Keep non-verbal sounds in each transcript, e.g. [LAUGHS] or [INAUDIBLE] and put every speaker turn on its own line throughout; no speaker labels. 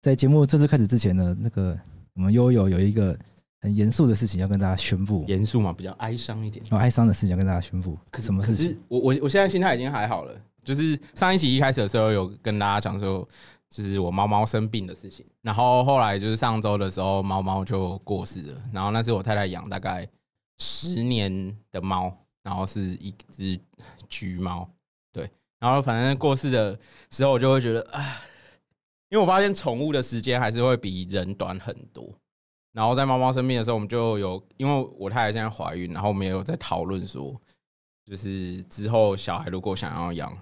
在节目正式开始之前呢，那个我们悠悠有一个很严肃的事情要跟大家宣布，
严肃嘛，比较哀伤一点。
有哀伤的事情要跟大家宣布。什么事
可
情？
是我我我现在心态已经还好了，就是上一期一开始的时候有跟大家讲说，就是我猫猫生病的事情，然后后来就是上周的时候猫猫就过世了，然后那是我太太养大概十年的猫，然后是一只橘猫，对，然后反正过世的时候我就会觉得，唉，因为我发现宠物的时间还是会比人短很多。然后在猫猫生病的时候，我们就有，因为我太太现在怀孕，然后我们也有在讨论说，就是之后小孩如果想要养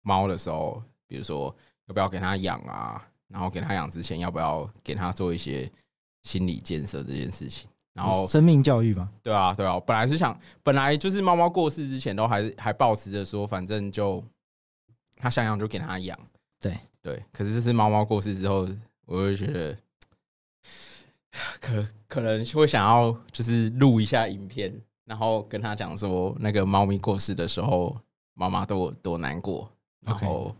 猫的时候，比如说要不要给他养啊，然后给他养之前要不要给他做一些心理建设这件事情。然后
生命教育嘛，
对啊，对啊，我本来是想，本来就是猫猫过世之前都还还抱持着说，反正就它想养就给它养，
对
对。可是这次猫猫过世之后，我就觉得 [SIGHS] 可可能会想要就是录一下影片，然后跟他讲说，那个猫咪过世的时候，妈妈多多难过，然
OK
后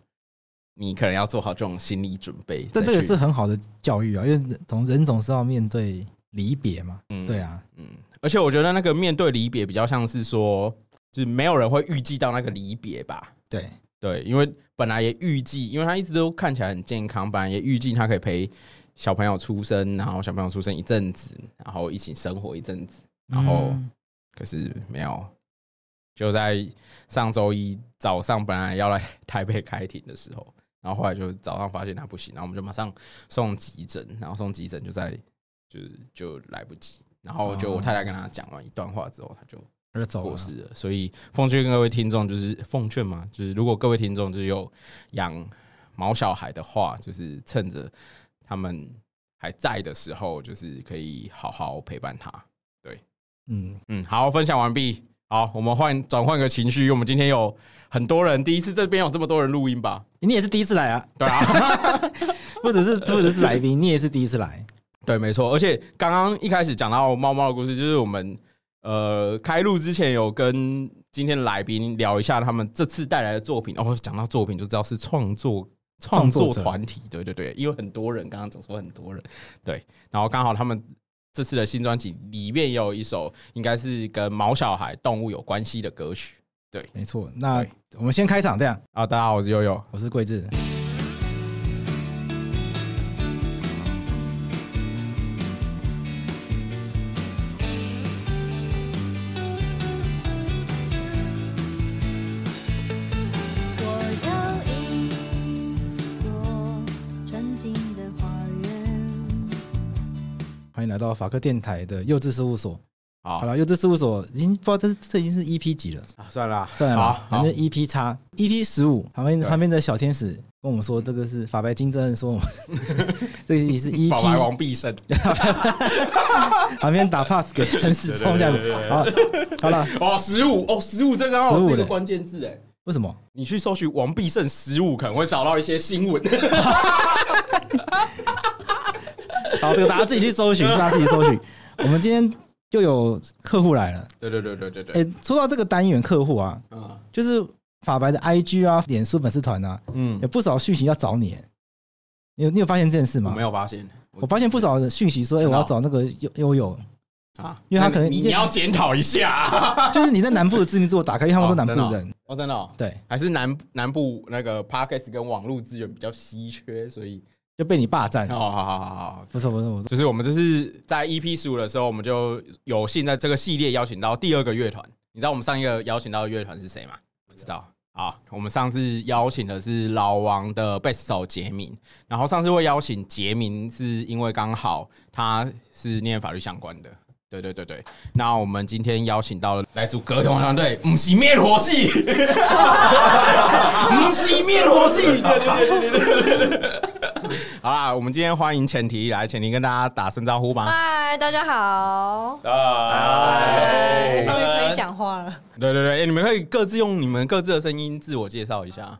你可能要做好这种心理准备。
但
再
这个
去
是很好的教育啊，因为总人总是要面对离别嘛。
嗯
对啊，
嗯，而且我觉得那个面对离别比较像是说，就是没有人会预计到那个离别吧。
对，
对，因为本来也预计，因为他一直都看起来很健康，本来也预计他可以陪小朋友出生，然后小朋友出生一阵子，然后一起生活一阵子，然后
嗯
可是没有。就在上周一早上，本来要 [LAUGHS] 来台北开庭的时候，然后后来就早上发现他不行，然后我们就马上送急诊，然后送急诊就在就是就来不及，然后就我太太跟他讲完一段话之后，他就
他就走
过
了。
世了，所以奉劝各位听众，就是奉劝嘛，就是如果各位听众就是有养毛小孩的话，就是趁着他们还在的时候，就是可以好好陪伴他。
嗯，
嗯，好，分享完毕。好，我们换转换个情绪，因为我们今天有很多人，第一次这边有这么多人录音吧？
你也是第一次来啊，
对啊，
[LAUGHS] 不只是不只是来宾，你也是第一次来。
对，没错。而且刚刚一开始讲到猫猫的故事，就是我们呃开录之前有跟今天的来宾聊一下他们这次带来的作品。哦，讲到作品就知道是创作创
创作者
作团体，对对对，因为很多人刚刚总说很多人，对，然后刚好他们。这次的新专辑里面也有一首应该是跟毛小孩、动物有关系的歌曲
没错，那
对
我们先开场这样。
啊！大家好，我是悠悠，
我是桂智，
我有一座纯净的花园，
欢迎来到法克电台的幼稚事务所。
好
好了，幼稚事务所已经不知道这是这已经是 EP 几了，
啊，算了，
算了
好
啦，反
好
正 EP 叉 EP 十五旁边
对
旁边的小天使跟我们说，这个是法白金正说我们这个也是
宝来
EP
王必胜，
旁边打 pass 给陈世聪这样
对对对
子。好，好了，
[LAUGHS] 哦，十五哦，十五这刚
15
好是一个
嘞
关键字哎。
为什么？
你去搜寻王必胜十五，可能会找到一些新闻。 [LAUGHS]
好，这个大家自己去搜寻，大家自己搜寻。我们今天又有客户来了。
对对对对对对，
哎，说到这个单元客户啊，
啊，
就是法白的 IG 啊、脸书粉丝团啊，
嗯
有，不少讯息要找你。你有你有发现这件事
我
吗
没？有发现，
我发现不少的讯息说，哎，
真
我
的哦
要找那个悠悠
[LAUGHS]
悠，
啊，
因为他可能
那你你你要检讨一下啊 [LAUGHS]
就是你在南部的知名度打开，因为他们都
哦
南
真的哦
部
[LAUGHS]
人，
哦，真的哦，
对，
还是南南部那个 podcast 跟网络资源比较稀缺，所以
就被你霸占。
哦，好好好好好，
不是不是不是，
就是我们这是在 EP 十五的时候，我们就有幸在这个系列邀请到第二个乐团。你知道我们上一个邀请到的乐团是谁吗？不知道。好，我们上次邀请的是老王的贝斯手杰明，然后上次会邀请杰明，是因为刚好他是念法律相关的。对对对对， [LAUGHS] 那我们今天邀请到了来自格雄团队，不是灭火器，不是灭火器，对对对对对对 [LAUGHS] 好啦，我们今天欢迎前提来，前提跟大家打声招呼吧。
嗨，大家好，
啊哎
终于可以讲话了。
对对对，欸你们可以各自用你们各自的声音自我介绍一下。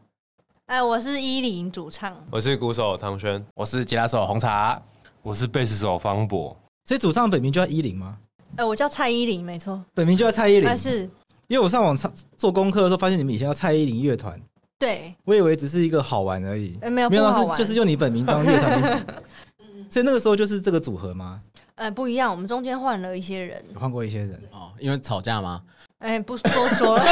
哎，我是依林主唱，
我是鼓手唐轩，
我是吉他手红茶，
我是贝斯手方博。
所以主唱本名就叫依林吗？
哎，我叫蔡依林，没错，哎
啊
本名就叫蔡依林
但，是
因为我上网查做功课的时候发现你们以前叫蔡依林乐团，
对，
我以为只是一个好玩而已，
呃没有
没有
不
那
好
是
玩
就是用你本名当乐场名
[LAUGHS]
字，所以那个时候就是这个组合吗？
呃，不一样，我们中间换了一些人，
有换过一些人，
哦，因为吵架吗？
哎，
[LAUGHS]
不多说了，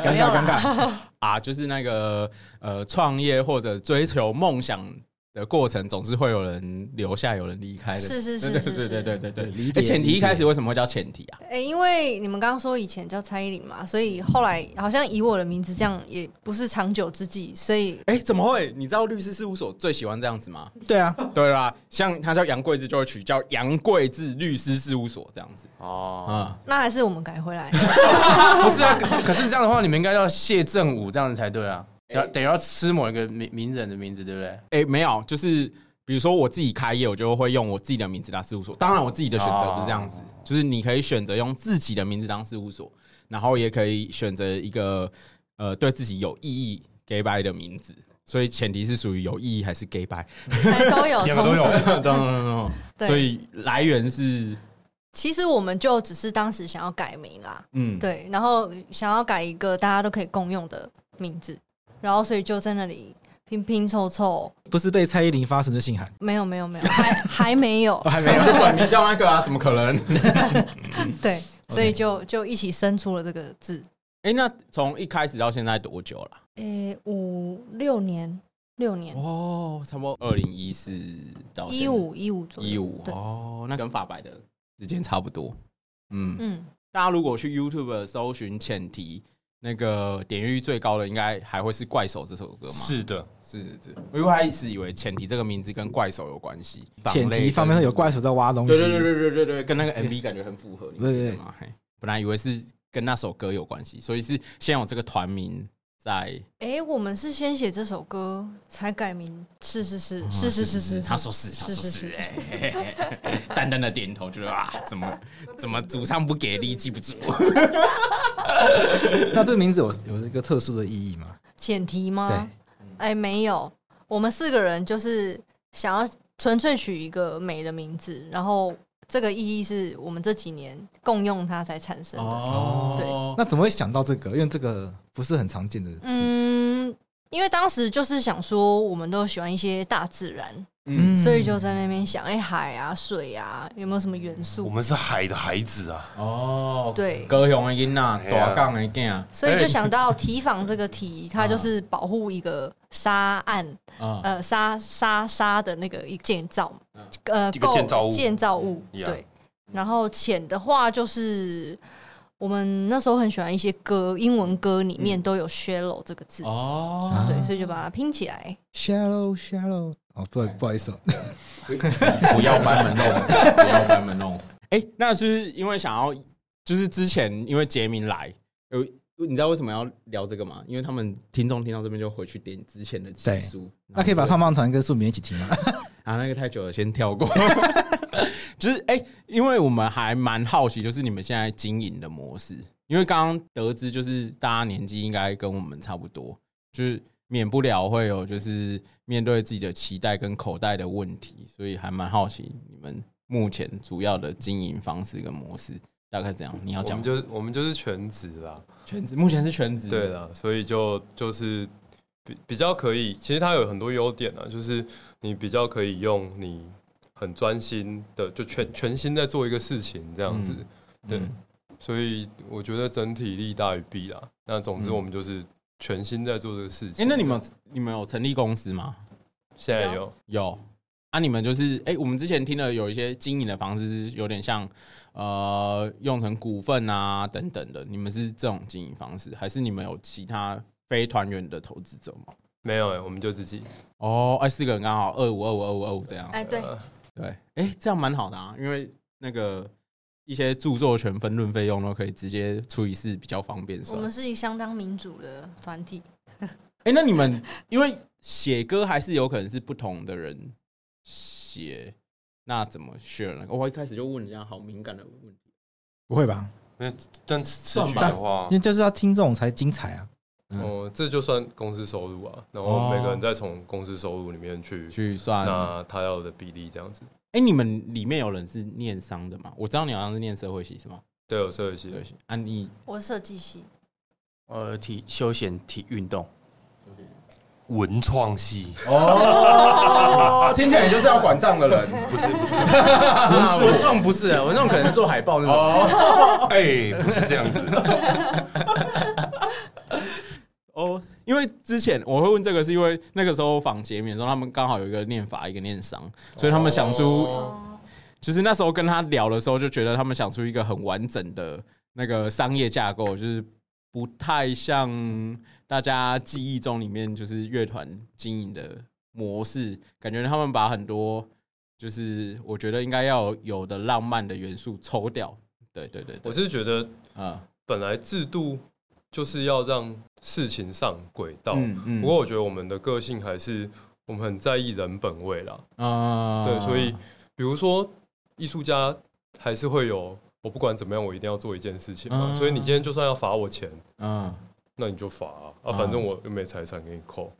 尴
没有
尬
啦
尴尬，
[LAUGHS] 啊，就是那个呃，创业或者追求梦想的过程，总是会有人留下，有人离开的。
是是是
对
是
对对
是
对对对
对理
对。
解
哎前
理
提
解
一开始为什么会叫前提啊？
哎、因为你们刚刚说以前叫蔡依林嘛，所以后来好像以我的名字这样也不是长久之计，所以
哎、怎么会？你知道律师事务所最喜欢这样子吗？
对啊，
[LAUGHS] 对啦，像他叫杨贵志，就会取叫杨贵志律师事务所这样子
哦，
啊。
那还是我们改回来。
不是啊，可可是你这样的话，你们应该叫谢正武这样子才对啊，要等于要吃某一个名名人的名字，对不对？
哎、没有，就是比如说我自己开业，我就会用我自己的名字当事务所。当然，我自己的选择不是这样子，就是你可以选择用自己的名字当事务所，然后也可以选择一个呃对自己有意义 gay bye 的名字。所以前提是属于有意义还是 gay [LAUGHS] bye，
[LAUGHS] 哎，都有，
两个都
同
有
时，
懂懂懂懂。
[LAUGHS] 对
所以来源是
其实我们就只是当时想要改名啦，
嗯，
对，然后想要改一个大家都可以共用的名字，然后所以就在那里拼拼凑凑，
不是被蔡依林发神的信函，
没有没有没有，还 [LAUGHS] 还没有
我，还没
没
有
有，
[LAUGHS]
本名叫那个啊，怎么可能？ [LAUGHS]
对，所以就就一起生出了这个字。
哎、那从一开始到现在多久了？
诶、五六年，六年，
哦，差不多二零一四到
一五一五左右，
一五
对
哦，那跟法白的时间差不多。嗯，
嗯，
大家如果去 YouTube 搜寻前提，那个点阅率最高的应该还会是《怪手》这首歌吗？
是的，
是是，我一开始以为前提这个名字跟怪手有关系，
前提方面
跟
有。怪手在挖东西，
对对对对对对对，跟那个 MV 感觉很符合，你
对对
觉得吗？嘿本来以为是跟那首歌有关系，所以是先有这个团名在。
诶、我们是先写这首歌才改名，是是是是是是是，
他说是，他
是
说
是
是，
是
哎嘿嘿嘿淡淡的点头，觉得啊，怎么怎么主唱不给力，记不住。
那这个名字有有一个特殊的意义吗？
前提
对
吗？哎、没有，我们四个人就是想要纯粹取一个美的名字，然后这个意义是我们这几年共用它才产生的。
哦，
那怎么会想到这个？因为这个不是很常见的。嗯，
嗯，因为当时就是想说，我们都喜欢一些大自然，
嗯
嗯
所以就在那边想，哎、海啊、水啊，有没有什么元
嗯我
素？
们是海的孩子啊，
哦，
对
高雄的囡仔，
嘿啊
大港的囝，啊
所以就想到提防这个题，它就是保护一个沙岸，
哎啊
呃沙沙沙的那个一建造，呃
嗯一个建造物
构建造物
嗯，yeah
对。然后浅的话就是我们那时候很喜欢一些歌，英
嗯
文歌里面都有 shallow 这个字，
哦，
对，所以就把它拼起来。
shallow shallow。哦，不
哎
不好意思哦，
不要班门弄 [LAUGHS] 斧，不要班门弄斧。哎，那是因为想要，就是之前因为杰明来，有你知道为什么要聊这个吗？因为他们听众听到这边就回去点之前的集
对
数，
那可以把
他
胖
们。
胖团跟素敏一起听吗？
啊，那个太久了，先跳过。 [LAUGHS] 就是哎、因为我们还蛮好奇，就是你们现在经营的模式，因为刚刚得知，就是大家年纪应该跟我们差不多，就是免不了会有就是面对自己的期待跟口袋的问题，所以还蛮好奇你们目前主要的经营方式跟模式大概是怎样。你要
我
啊讲嗯
们
吗
就是我们就是全职啦，
全职，目前是全职，
对啦，所以就就是比比较可以，其实它有很多优点啊，就是你比较可以用你很专心的，就全全心在做一个事情这样子，对，
嗯
所以我觉得整体利大于弊啦。那总之
嗯
我们就是全心在做这个事
哎、
情。
那你们有你们有成立公司吗？
现在有
有啊，你们就是哎、我们之前听了有一些经营的方式是有点像呃用成股份啊等等的，你们是这种经营方式，还是你们有其他非团员的投资者吗？
没有、欸？我们就自己
哦，哎、四个人刚好二五二五二五二五这样，
哎，对，
呃
对，哎、这样蛮好的啊，因为那个一些著作权分论费用都可以直接除以四，比较方便
我
算。
们是一相当民主的团体，
哎、那你们因为写歌还是有可能是不同的人写，那怎么选呢？我一开始就问人家好敏感的问题，
[LAUGHS] 不会吧？
但持续
吧
的话
因，为就是要听这种才精彩啊！
嗯
哦，这就算公司收入啊，然后每个人再从公司收入里面去
去算。哎、
拿他要的比例这样子。
你们里面有人是念商的吗？我知道你好像是念社会系是吗？
对，有社会系
社会系啊你，
我是设计系，
呃，体休闲体运动。
文创系，
哦，
听起来你就是要管账的
[LAUGHS]
人，
不是
不
不是，
是啊文创，不是文创，可能做海报那种。
哎，不是这样子。
哦，因为之前我会问这个，是因为那个时候访杰米的时候，他们刚好有一个念法，一个念
哦
商，所以他们想出，就是那时候跟他聊的时候，就觉得他们想出一个很完整的那个商业架构，就是不太像大家记忆中里面就是乐团经营的模式，感觉他们把很多就是我觉得应该要有的浪漫的元素抽掉。对对对对
[LAUGHS] 我是觉得
啊，
本来制度就是要让事情上轨道，
嗯
不过我觉得我们的个性还是我们很在意人本位啦。
啊
对，所以比如说艺术家还是会有，我不管怎么样，我一定要做一件事情嘛。
嗯
所以你今天就算要罚我钱，
嗯。
那你就罚啊，啊反正我又没财产给你扣。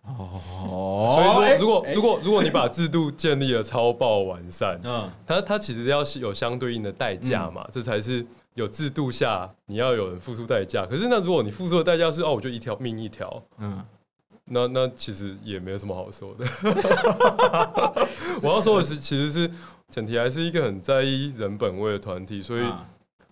哦
所以如果
哎
如果如果如果你把制度建立的超爆完善， [LAUGHS]
嗯
它它其实要是有相对应的代价嘛，这才是有制度下你要有人付出代价。可是那如果你付出的代价是哦，我就一条命一条，
嗯，
那那其实也没有什么好说的。我要说的 [LAUGHS] 是，其实是整体还是一个很在意人本位的团体，所以
啊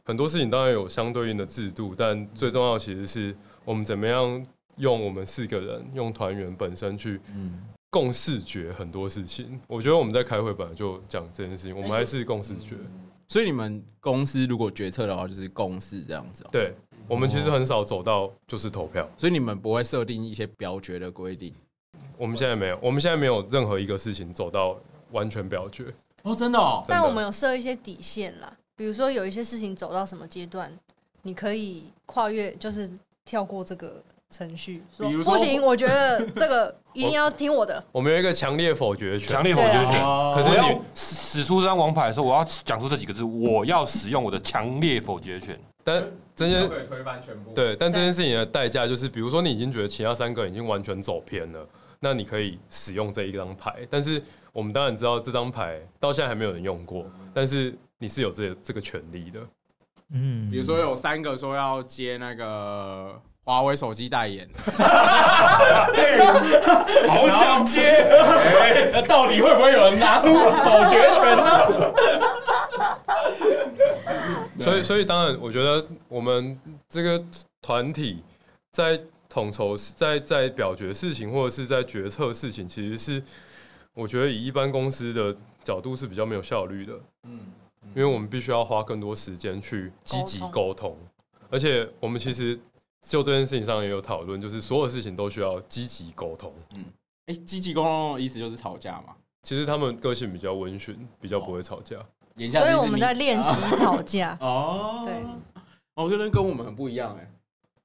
很多事情当然有相对应的制度，但最重要的其实是我们怎么样用我们四个人用团员本身去
嗯
共视觉很多事情。我觉得我们在开会本来就讲这件事情，我们还是共视觉。
所以你们公司如果决策的话，就是公示这样子、哦。
对，我们其实很少走到就是投票，
所以你们不会设定一些表决的规定
我们现在没有，我们现在没有任何一个事情走到完全表决。
哦，真的哦，
真
但
的
我们有设一些底线啦，比如说有一些事情走到什么阶段，你可以跨越，就是跳过这个程序，说
比如说
不行，我觉得这个一定要听我的。
我们有一个强烈否决权
强，烈否决
对
权。
哦
可是
我要
你
使出这张王牌的时候，我要讲出这几个字：我要使用我的强烈否决权。
但这
嗯
件
以推翻全部。
对，但这件事情的代价就是，比如说你已经觉得其他三个已经完全走偏了，那你可以使用这一张牌。但是我们当然知道这张牌到现在还没有人用过，但是你是有这这个权利的。
嗯，
比如说有三个说要接那个华为手机代 [LAUGHS] 言，
好想接，
哎
那到底会不会有人拿出否决权呢？
所以，所以当然，我觉得我们这个团体在统筹、在在表决事情或者是在决策事情，其实是我觉得以一般公司的角度是比较没有效率的。嗯，因为我们必须要花更多时间去积极沟通，而且我们其实就这件事情上也有讨论，就是所有事情都需要积极沟通。
[LAUGHS] 哎、积极沟通的意思就是吵架嘛。
其实他们个性比较温驯，比较不会吵架。
言下之
所
意
以
是
我们
你，
在练习
[LAUGHS]
吵架 [LAUGHS]
哦，
对
哦，我觉得跟我们很不一样哎、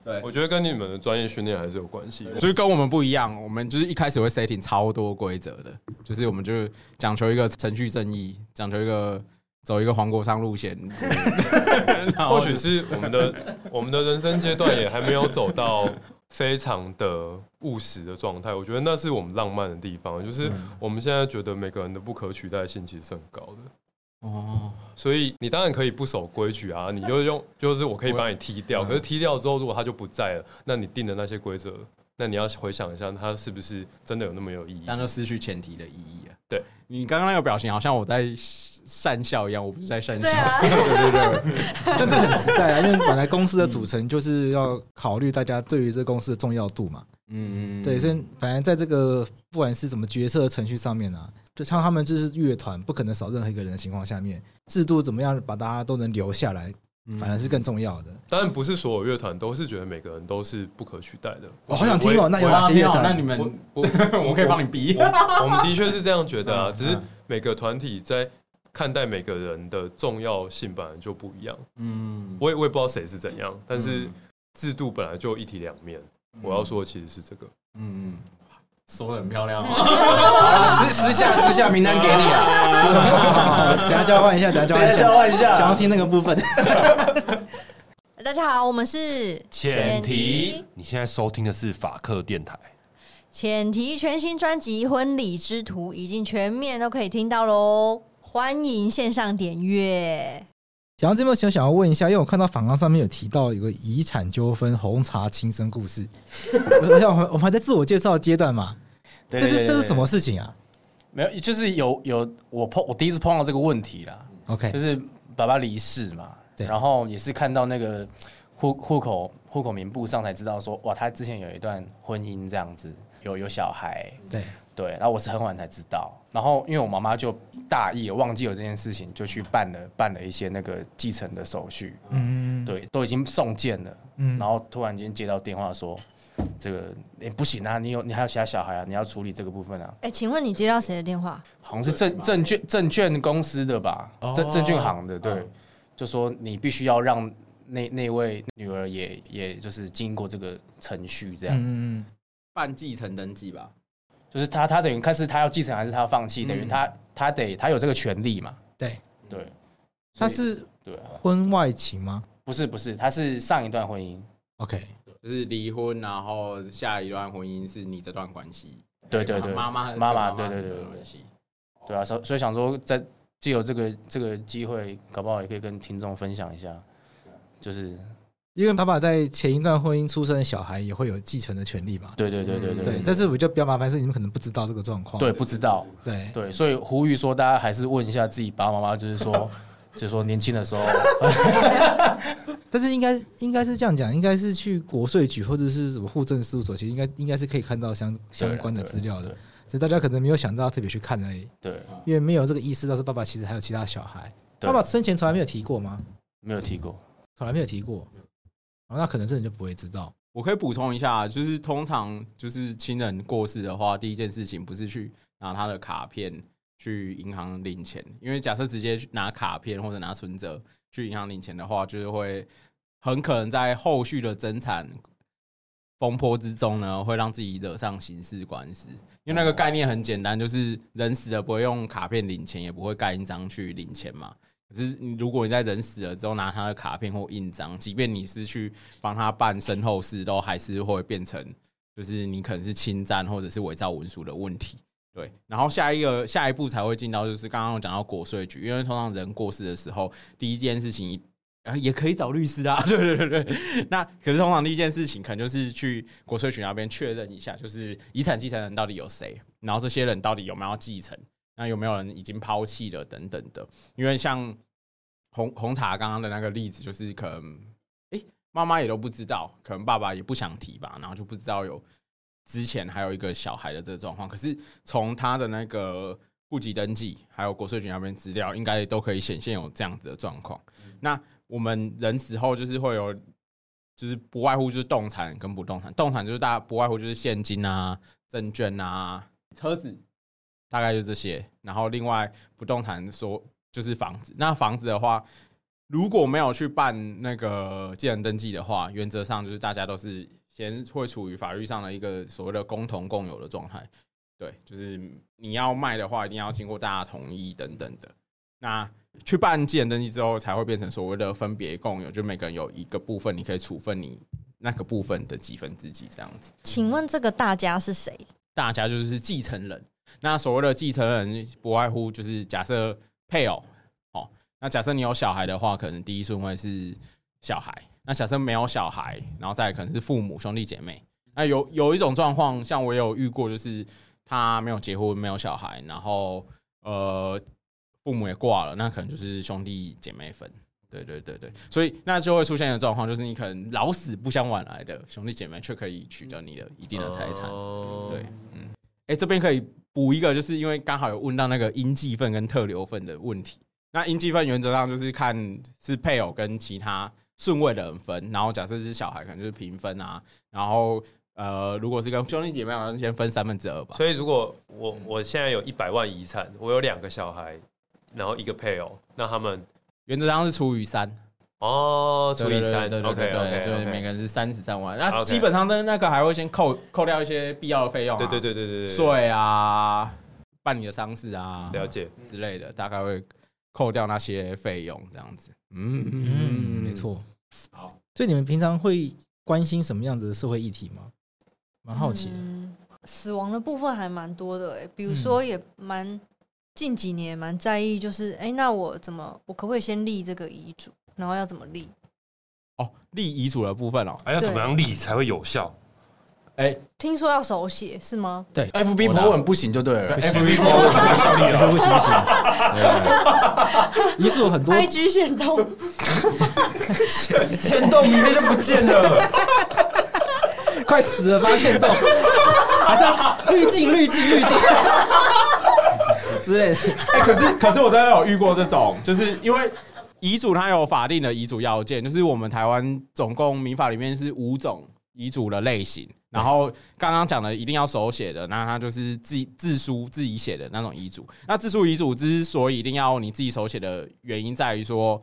对，
我觉得跟你们的专业训练还是有关系的。
就是跟我们不一样，我们就是一开始会 setting 超多规则的，就是我们就讲求一个程序正义，讲求一个走一个黄国商路线， [LAUGHS] 然后
或许是我们的我们的人生阶段也还没有走到非常的务实的状态，我觉得那是我们浪漫的地方，
嗯
就是我们现在觉得每个人的不可取代性其实是很高的，
哦，
所以你当然可以不守规矩啊，你就用就是我可以把你踢掉，
嗯
可是踢掉之后如果他就不在了，那你定的那些规则，那你要回想一下，它是不是真的有那么有意义
这？样就失去前提的意义了。
对
你刚刚那个表情，好像我在善笑一样，我不是在善笑 [LAUGHS]
对。啊，
但这很实在啊，因为本来公司的组成就是要考虑大家对于这公司的重要度嘛。
嗯，
对，所以反正在这个不管是怎么决策程序上面啊，就像他们就是乐团，不可能少任何一个人的情况下面，制度怎么样把大家都能留下来，
嗯
反而是更重要的。
当然不是所有乐团都是觉得每个人都是不可取代的，
我好想听哦，那有哪
哇
些乐
天啊那你
团？
们
我
[LAUGHS]
我
我们可以帮你逼。
我我们的确是这样觉得啊，
嗯
只是每个团体在看待每个人的重要性本来就不一样。
嗯，
我也我也不知道谁是怎样，但是
嗯
制度本来就一体两面。我要说的其实是这个，
嗯，说的很漂亮哦。 [LAUGHS]
私私下私下名单给你啊，
[LAUGHS]
哦
等一下交换一下，等一下
大
交换
家
一下
交，换一下。
想要听那个部分。
大家好，我们是
前提，你现在收听的是法克电台。
前提全新专辑《婚礼之途》已经全面都可以听到喽，欢迎线上点阅。
讲到这边，我 [LAUGHS] 想想要问一下，因为我看到访纲上面有提到有个遗产纠纷红茶亲身故事， [LAUGHS] 我想我们我们还在自我介绍阶段嘛，
对
这
对
是
对
这是
对
什么事情啊
没有，就是有有我碰我第一次碰到这个问题啦，就
？OK，
是爸爸离世嘛，
对
然后也是看到那个户户口户口名簿上才知道说，哇，他之前有一段婚姻这样子，有有小孩，
对，
对，然后我是很晚才知道，然后因为我妈妈就大意忘记有这件事情，就去办了办了一些那个继承的手续，
嗯，
对，都已经送件了，
嗯
然后突然间接到电话说，这个哎、不行啊，你有你还有其他小孩啊，你要处理这个部分啊，
哎、请问你接到谁的电话？
好像是证证券证券公司的吧，
哦
证证券行的，对
嗯，
就说你必须要让那那位女儿也也就是经过这个程序，这样，
嗯嗯
办继承登记吧，
就是他他等于看是他要继承还是他要放弃，等于
嗯
他他得他有这个权利嘛，
对
对，
他
所以
是
对啊
婚外情吗
不是不是，他是上一段婚姻，
？OK，
就是离婚，然后下一段婚姻是你这段关系，
对对对，
妈妈
妈妈
跟
对对
的
对
关系，
对啊，所以所以想说，在借由这个这个机会，搞不好也可以跟听众分享一下，就是
因为爸爸在前一段婚姻出生的小孩也会有继承的权利嘛。
对对对对
嗯
对
对
对，
但是我觉得比较麻烦是你们可能不知道这个状况。
对不知道，
对，
对，所以呼吁说，大家还是问一下自己爸爸妈妈，就是
[LAUGHS]
说，就是说年轻的时候，
但是应该应该是这样讲，应该是去国税局或者是什么户政事务所，其实应该应该是可以看到相相关的资料的，只是大家可能没有想到特别去看而已，
对，对
因为没有这个意识到是爸爸其实还有其他小孩。
对
爸爸生前从来没有提过吗？
没有提过，
从来没有提过，哦，那可能真的就不会知道。
我可以补充一下，啊就是通常就是亲人过世的话，第一件事情不是去拿他的卡片去银行领钱，因为假设直接拿卡片或者拿存折去银行领钱的话，就是会很可能在后续的争产风波之中呢，会让自己惹上刑事官司。因为那个概念很简单，就是人死了不会用卡片领钱，也不会盖印章去领钱嘛。可是你如果你在人死了之后拿他的卡片或印章，即便你是去帮他办身后事，都还是会变成就是你可能是侵占或者是伪造文书的问题。对，然后下一个下一步才会进到就是刚刚我讲到国税局，因为通常人过世的时候，第一件事情啊也可以找律师啊，对 [LAUGHS] 对对对。那可是通常第一件事情可能就是去国税局那边确认一下，就是遗产继承人到底有谁，然后这些人到底有没有要继承，那有没有人已经抛弃了等等的。因为像红红茶刚刚的那个例子，就是可能诶妈妈也都不知道，可能爸爸也不想提吧，然后就不知道有之前还有一个小孩的这个状况。可是从他的那个户籍登记，还有国税局那边资料，应该都可以显现有这样子的状况。那我们人死后就是会有。就是不外乎就是动产跟不动产，动产就是大家不外乎就是现金啊、证券啊、车子，大概就这些。然后另外不动产说就是房子，那房子的话，如果没有去办那个继承登记的话，原则上就是大家都是先会处于法律上的一个所谓的共同共有的状态。对，就是你要卖的话，一定要经过大家同意等等的。那去办继承登记之后，才会变成所谓的分别共有，就每个人有一个部分，你可以处分你那个部分的几分之几这样子。
请问这个大家是谁？
大家就是继承人。那所谓的继承人，不外乎就是假设配偶哦。那假设你有小孩的话，可能第一顺位是小孩。那假设没有小孩，然后再来可能是父母、兄弟姐妹。那有有一种状况，像我有遇过，就是他没有结婚，没有小孩，然后呃父母也挂了，那可能就是兄弟姐妹分。对对对对，所以那就会出现一个状况，就是你可能老死不相往来的兄弟姐妹，却可以取得你的一定的财产。
哦
对，嗯，哎、这边可以补一个，就是因为刚好有问到那个应继份跟特留份的问题。那应继份原则上就是看是配偶跟其他顺位的人分，然后假设是小孩，可能就是平分啊。然后呃，如果是跟兄弟姐妹，好像先分三分之二吧。
所以如果我我现在有一百万遗产，我有两个小孩，然后一个配偶，那他们
原则上是除以三，
哦除
对
以三
对对对
，OK
对对，
OK，
所以每个人是三十三万。那
OK
基本上的那个还会先扣扣掉一些必要的费用、啊，
对对对对对对，
税啊，办理的丧事啊，
了解。
之类的，大概会扣掉那些费用，这样子。
嗯，
嗯
没。错。
好，
所以你们平常会关心什么样子的社会议题吗？蛮好奇的。嗯
嗯死亡的部分还蛮多的、欸，比如说也蛮近几年蛮在意，就是哎、诶那我怎么，我可不可以先立这个遗嘱，然后要怎么立？
哦，立遗嘱的部分哦，
哎，要
对
怎么样立才会有效？
哎，
听说要手写是吗？
FB
我拿
博文不行就对了。
FV 波为什么效力了？
不行不 [LAUGHS] 行， [LAUGHS] 遗嘱有很多
IG 限动，
天动明天就不见了。
快死了，发 [LAUGHS] 现洞，马上滤镜滤镜滤 [LAUGHS] 镜之类的。
[LAUGHS] 哎、可是可是我真的有遇过这种，就是因为遗嘱它有法定的遗嘱要件，就是我们台湾总共民法里面是五种遗嘱的类型，然后刚刚讲的一定要手写的，那它就是自己自书自己写的那种遗嘱。那自书遗嘱之所以一定要你自己手写的原因，在于说。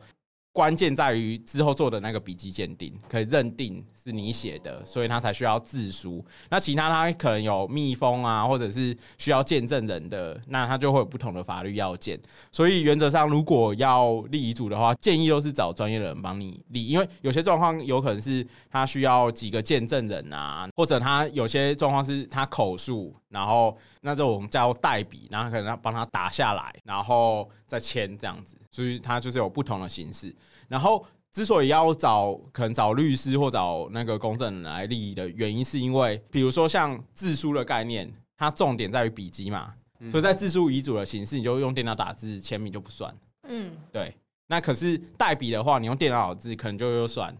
关键在于之后做的那个笔迹鉴定，可以认定是你写的，所以它才需要自书。那其他它可能有密封啊，或者是需要见证人的，那它就会有不同的法律要件。所以原则上，如果要立遗嘱的话，建议都是找专业的人帮你立，因为有些状况有可能是他需要几个见证人啊，或者他有些状况是他口述，然后那这种叫代笔，然后可能要帮他打下来，然后再签这样子，所以它就是有不同的形式。然后之所以要找可能找律师或找那个公证人来立的原因，是因为比如说像自书的概念，它重点在于笔迹嘛，所以在自书遗嘱的形式，你就用电脑打字签名就不算。
嗯，
对，那可是代笔的话，你用电脑打字可能就又算，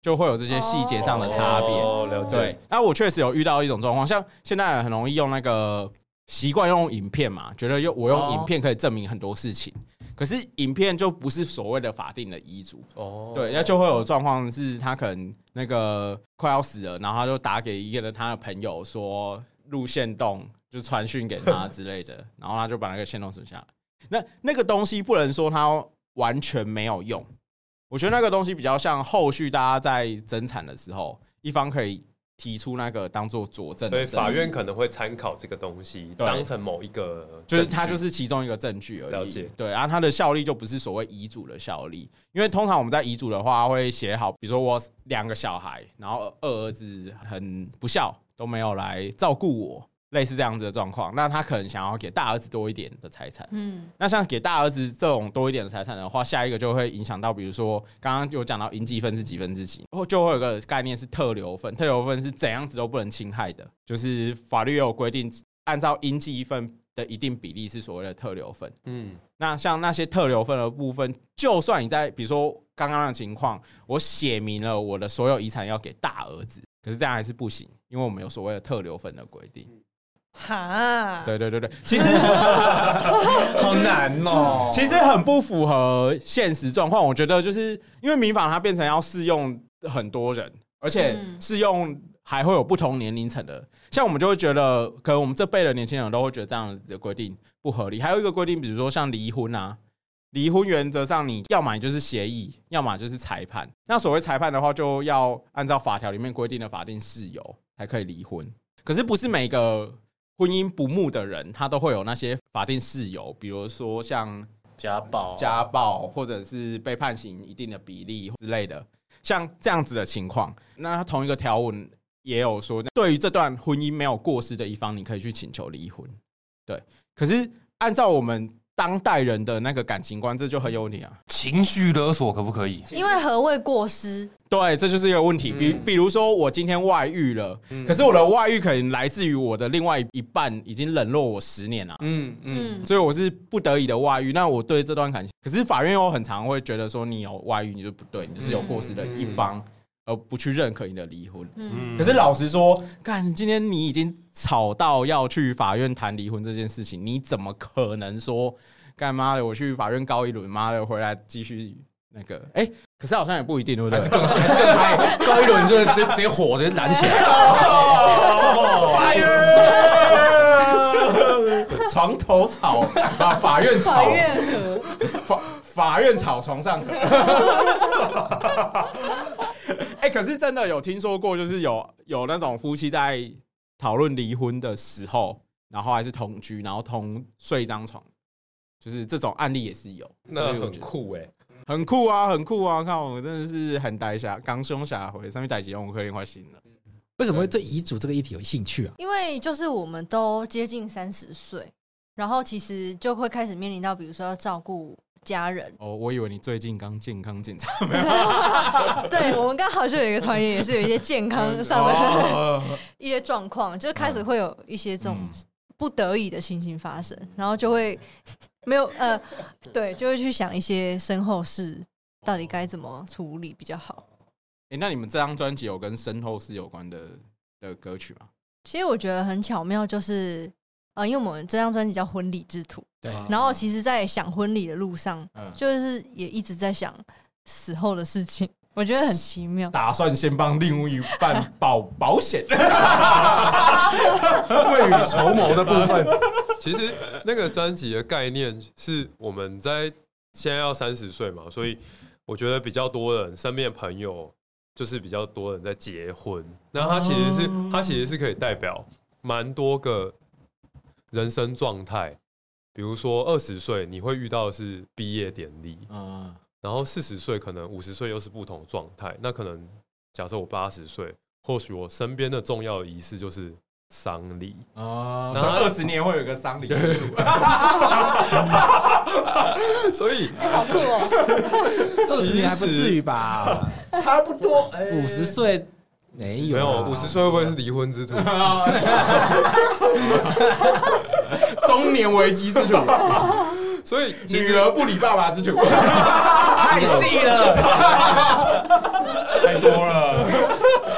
就会有这些细节上的差别。
哦，了解。
对，那我确实有遇到一种状况，像现代人很容易用那个习惯用影片嘛，觉得用我用影片可以证明很多事情，可是影片就不是所谓的法定的遗嘱，
哦，
对，那就会有状况是他可能那个快要死了，然后他就打给一个他的朋友说路线动，就传讯给他之类的，然后他就把那个线动存下来。那那个东西不能说它完全没有用，我觉得那个东西比较像后续大家在争产的时候，一方可以提出那个当做佐证的
所以
证据，
法院可能会参考这个东西，
对
当成某一个证
就
据，
是它就是其中一个证据而已。
了解
对，然后它的效力就不是所谓遗嘱的效力，因为通常我们在遗嘱的话会写好，比如说我两个小孩，然后二儿子很不孝，都没有来照顾我，类似这样子的状况，那他可能想要给大儿子多一点的财产。
嗯，
那像给大儿子这种多一点的财产的话，下一个就会影响到，比如说刚刚有讲到应继分是几分之几，或就会有个概念是特留分，特留分是怎样子都不能侵害的，就是法律也有规定，按照应继分的一定比例是所谓的特留分。
嗯，
那像那些特留分的部分，就算你在比如说刚刚的情况，我写明了我的所有遗产要给大儿子，可是这样还是不行，因为我们有所谓的特留分的规定。
哈，
对对对对，其实
好难哦。
其实很不符合现实状况。我觉得就是因为民法它变成要适用很多人，而且
嗯
适用还会有不同年龄层的。像我们就会觉得，可能我们这辈的年轻人都会觉得这样子的规定不合理。还有一个规定，比如说像离婚啊。离婚原则上，你要么你就是协议，要么就是裁判。那所谓裁判的话，就要按照法条里面规定的法定事由才可以离婚。可是不是每个婚姻不睦的人，他都会有那些法定事由，比如说像
[LAUGHS] 家暴
家暴或者是被判刑一定的比例之类的，像这样子的情况，那它同一个条文也有说，对于这段婚姻没有过失的一方，你可以去请求离婚。对，可是按照我们当代人的那个感情观，这就很有问题啊。
情绪勒索可不可以？
因为何谓过失？
对，这就是一个问题。比比如说，我今天外遇了，可是我的外遇可能来自于我的另外一半已经冷落我十年了、
嗯嗯，
嗯，
所以我是不得已的外遇。那我对这段感情，可是法院又很常会觉得说你有外遇，你就不对，你就是有过失的一方，而不去认可你的离婚。
嗯
可是老实说，干，今天你已经吵到要去法院谈离婚这件事情，你怎么可能说干妈的我去法院告一轮，妈的回来继续那个？哎、可是好像也不一定，对不对？
还是更嗨，高一轮就直接直接火直接燃起来， [LAUGHS]
Fire！床头草啊，法院草，
嗯
和，
法法院草床上和。 [LAUGHS] 哎、可是真的有听说过，就是有有那种夫妻在讨论离婚的时候，然后还是同居，然后同睡一张床，就是这种案例也是有，
那
所以我
很
觉得
酷哎，
很酷啊，很酷啊！看我真的是很呆侠，刚凶侠回上面逮起用，我可以快醒了。
为什么会对遗嘱这个议题有兴趣啊？
因为就是我们都接近三十岁，然后其实就会开始面临到，比如说要照顾家人。 [LAUGHS]
哦，我以为你最近刚健康
[LAUGHS]
检查，
对我们刚好就有一个团员也是有一些健康上
哦
的
呃
一些状况，就开始会有一些这种
嗯
不得已的情形发生，然后就会没有呃，对，就会去想一些身后事到底该怎么处理比较好。
哎、那你们这张专辑有跟身后事有关的的歌曲吗？
其实我觉得很巧妙，就是呃，因为我们这张专辑叫《婚礼之徒》，
对
然后其实，在想婚礼的路上，
啊嗯
就是也一直在想死后的事情，我觉得很奇妙。
打算先帮另一半保保险，未雨绸缪的部分。
其实那个专辑的概念是我们在现在要三十岁嘛，所以我觉得比较多人身边的朋友就是比较多人在结婚，那它其实是它其实是可以代表蛮多个人生状态。比如说二十岁你会遇到的是毕业典礼，
嗯，
然后四十岁可能五十岁又是不同的状态。那可能假设我八十岁，或许我身边的重要仪式就是丧礼，
哦，
然后
所以二十年会有一个丧礼，
[LAUGHS] 所以
好酷哦！
二十年还不至于吧？
差不多
哎
五十岁没有
没有
啊
五十岁会不会是离婚之徒？
[LAUGHS] 中年危机之主，
所以其
女
实
儿不理爸爸之主。 [LAUGHS]
太细了，
太多了，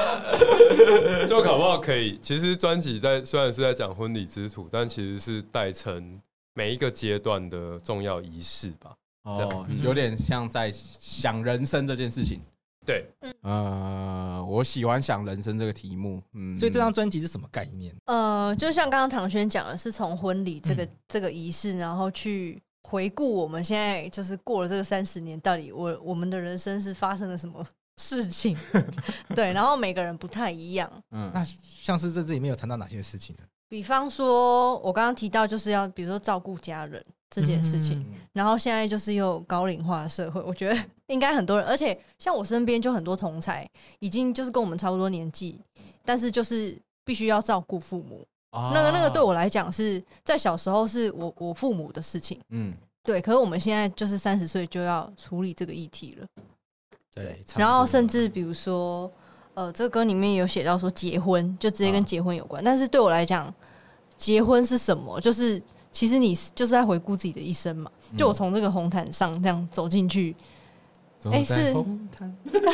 [LAUGHS] 就搞不好可以。其实专辑在虽然是在讲婚礼之徒，但其实是代称每一个阶段的重要仪式吧。
哦，有点像在想人生这件事情。
对，
呃，我喜欢想人生这个题目，嗯，
所以这张专辑是什么概念？
呃，就像刚刚唐轩讲的，是从婚礼这个、
嗯
这个仪式，然后去回顾我们现在就是过了这个三十年，到底我我们的人生是发生了什么 [LAUGHS]
[LAUGHS]
事情？对，然后每个人不太一样。
嗯
那像是在这里面有谈到哪些事情呢？
比方说，我刚刚提到就是要，比如说照顾家人这件事情，
嗯
然后现在就是又有高龄化的社会，我觉得 [LAUGHS] 应该很多人，而且像我身边就很多同才，已经就是跟我们差不多年纪，但是就是必须要照顾父母。
哦
那个那个对，我来讲是在小时候是我我父母的事情，
嗯，
对，可是我们现在就是三十岁就要处理这个议题了。
对，
然后甚
至
至比如说，呃，这个歌里面有写到说结婚，就直接跟
啊
结婚有关。但是对我来讲，结婚是什么？就是其实你是就是在回顾自己的一生嘛。就我从这个红毯上这样走进去，哎、是，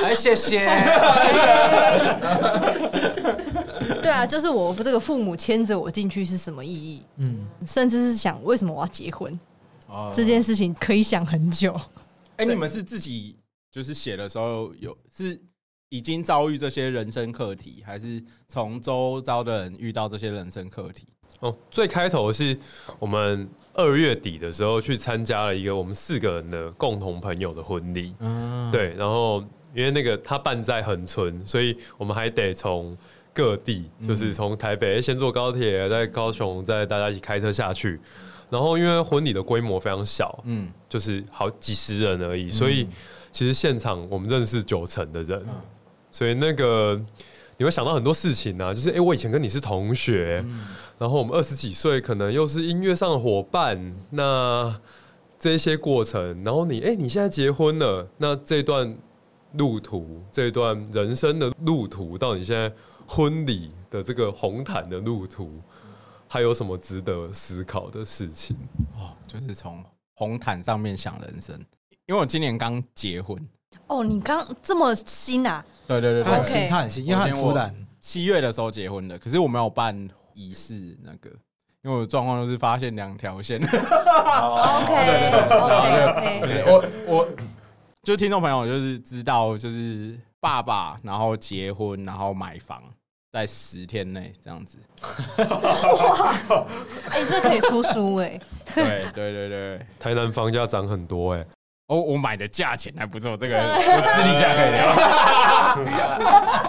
哎，谢谢。
[LAUGHS] 对啊，就是我这个父母牵着我进去是什么意义？
嗯，
甚至是想为什么我要结婚、
哦
这件事情，可以想很久。
哎、你们是自己就是写的时候有是已经遭遇这些人生课题，还是从周遭的人遇到这些人生课题？
哦，最开头是我们二月底的时候去参加了一个我们四个人的共同朋友的婚礼，
嗯，
对，然后因为那个他办在恒春，所以我们还得从各地，
嗯
就是从台北先坐高铁，在高雄，再大家一起开车下去。然后因为婚礼的规模非常小，
嗯，
就是好几十人而已，所以其实现场我们认识九成的
嗯
人，所以那个你会想到很多事情啊，就是哎、诶我以前跟你是同学，
嗯
然后我们二十几岁，可能又是音乐上的伙伴，那这些过程，然后你哎、诶你现在结婚了，那这段路途，这段人生的路途，到你现在婚礼的这个红毯的路途，还有什么值得思考的事情？
哦，就是从红毯上面想人生，因为我今年刚结婚，
哦，你刚这么新啊？
对对对
他
对
很新，
OK
他很新，因为他很突然。
七月的时候结婚的，可是我没有办仪式那个，因为我的状况就是发现两条线，
OK OK OK，
对 [LAUGHS] 我我就听众朋友就是知道，就是爸爸，然后结婚，然后买房，在十天内这样子。
哎、这可以出书哎、
[LAUGHS] 对对对对，
台南房价涨很多哎、
哦，我买的价钱还不错，这个我私底下可以聊。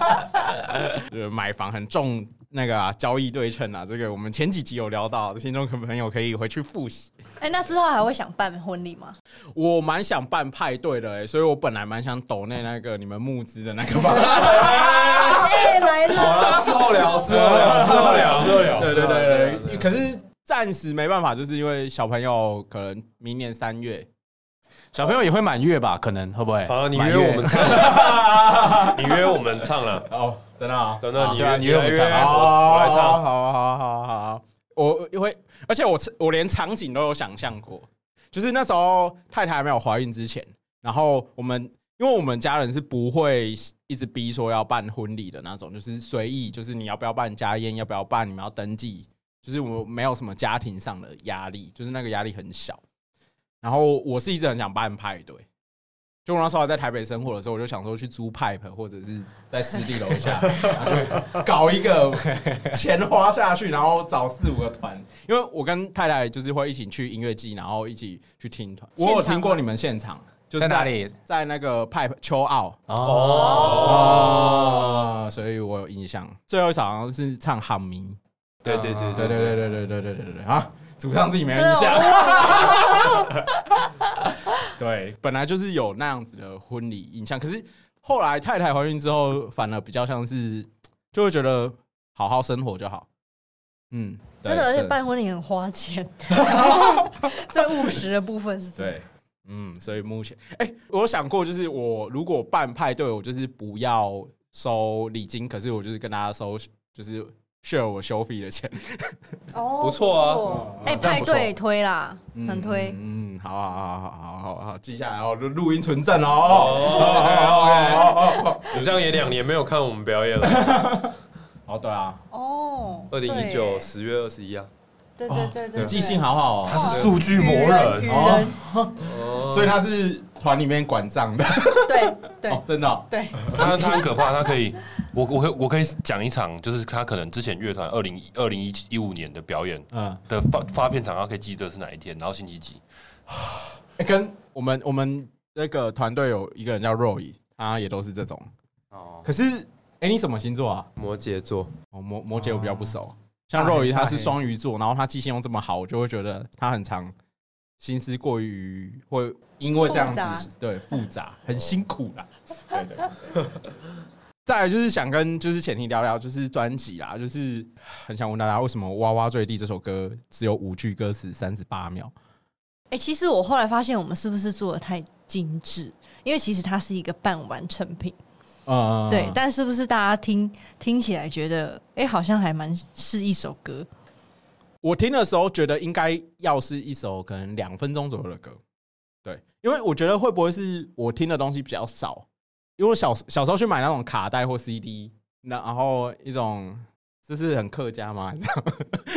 [LAUGHS] 呃，买房很重那个啊，交易对称啊，这个我们前几集有聊到，听众朋友可以回去复习。
哎、那之后还会想办婚礼吗？
我蛮想办派对的、欸，所以我本来蛮想抖那那个你们募资的那个吧。
[LAUGHS]
哎、来了，
事后聊，事后聊，事后聊，事后聊
啊
对对对对，可是暂时没办法，就是因为小朋友可能明年三月，
小朋友也会满月吧？可能会不会？
好，啊你
满
约我们唱，啊你约我们唱了，
哦，真的啊，
真的，你
对啊
约
你约我
来
们唱
我
好
我来
好
唱，
好好好好，我因为而且我我连场景都有想象过，就是那时候太太还没有怀孕之前，然后我们因为我们家人是不会一直逼说要办婚礼的那种，就是随意，就是你要不要办家宴，要不要办，你们要登记，就是我没有什么家庭上的压力，就是那个压力很小。然后我是一直很想办派对。就我那时候还在台北生活的时候，我就想说去租 pipe 或者是在湿地楼下搞一个钱花下去，然后找四五个团，因为我跟太太就是会一起去音乐季，然后一起去听团。我有
现场
听过你们现场，就是
在哪里？
在那个 Pipe 秋奥
哦，
哦，所以我有印象。最后一首好像是唱《哈迷》，
对对对
对对
对
对对对
对，
对对对对对啊！主唱自己没有
真
印
的
象
我。忘了
对，本来就是有那样子的婚礼印象，可是后来太太怀孕之后，反而比较像是就会觉得好好生活就好。嗯，对
真的，而且
是
办婚礼很花钱，最务实的部分是这样。
对，嗯，所以目前，哎、我有想过，就是我如果办派对，我就是不要收礼金，可是我就是跟大家收，就是 share 我修费的钱，
哦
不错啊不
哎，
这样
派
不错
对推啦，
嗯
很推。
嗯，好好好好好好好，记下来哦，录录音存证哦。哦
哦
哦哦哦，
OK，你这样也两年没有看我们表演了，
哦对啊，
哦，
二零一九十月二十一啊，
对，对对对对，
你记性好好哦，
他是数据魔人
与人，
哦
哦
所以他是团里面管账的，
对对
哦真的哦
对，
他他很可怕，他可以，我我可以我可以讲一场，就是他可能之前乐团二零二零一一五年的表演
嗯，
的发发片场，他可以记得是哪一天，然后星期几。
哎跟我们我们那个团队有一个人叫 Roy，他也都是这种。
哦
可是，哎，你什么星座啊？
摩羯座，
哦，摩摩羯我比较不熟，像
大黑
Roy 他
大
是
黑
双鱼座，然后他记性又这么好，我就会觉得他很常心思过于会因为这样
复杂
子对复杂，很辛苦啦。对对。对再来就是想跟就是浅提聊聊，就是专辑啦，就是很想问大家为什么《哇哇坠地》这首歌只有五句歌词，三十八秒。
哎，其实我后来发现，我们是不是做的太精致？因为其实它是一个半完成品，
呃，
对。但是不是大家听听起来觉得，哎，好像还蛮是一首歌？
我听的时候觉得应该要是一首可能两分钟左右的歌，对，因为我觉得会不会是我听的东西比较少，因为我小小时候去买那种卡带或 CD，那然后一种这是很客家吗？还 [LAUGHS] 是这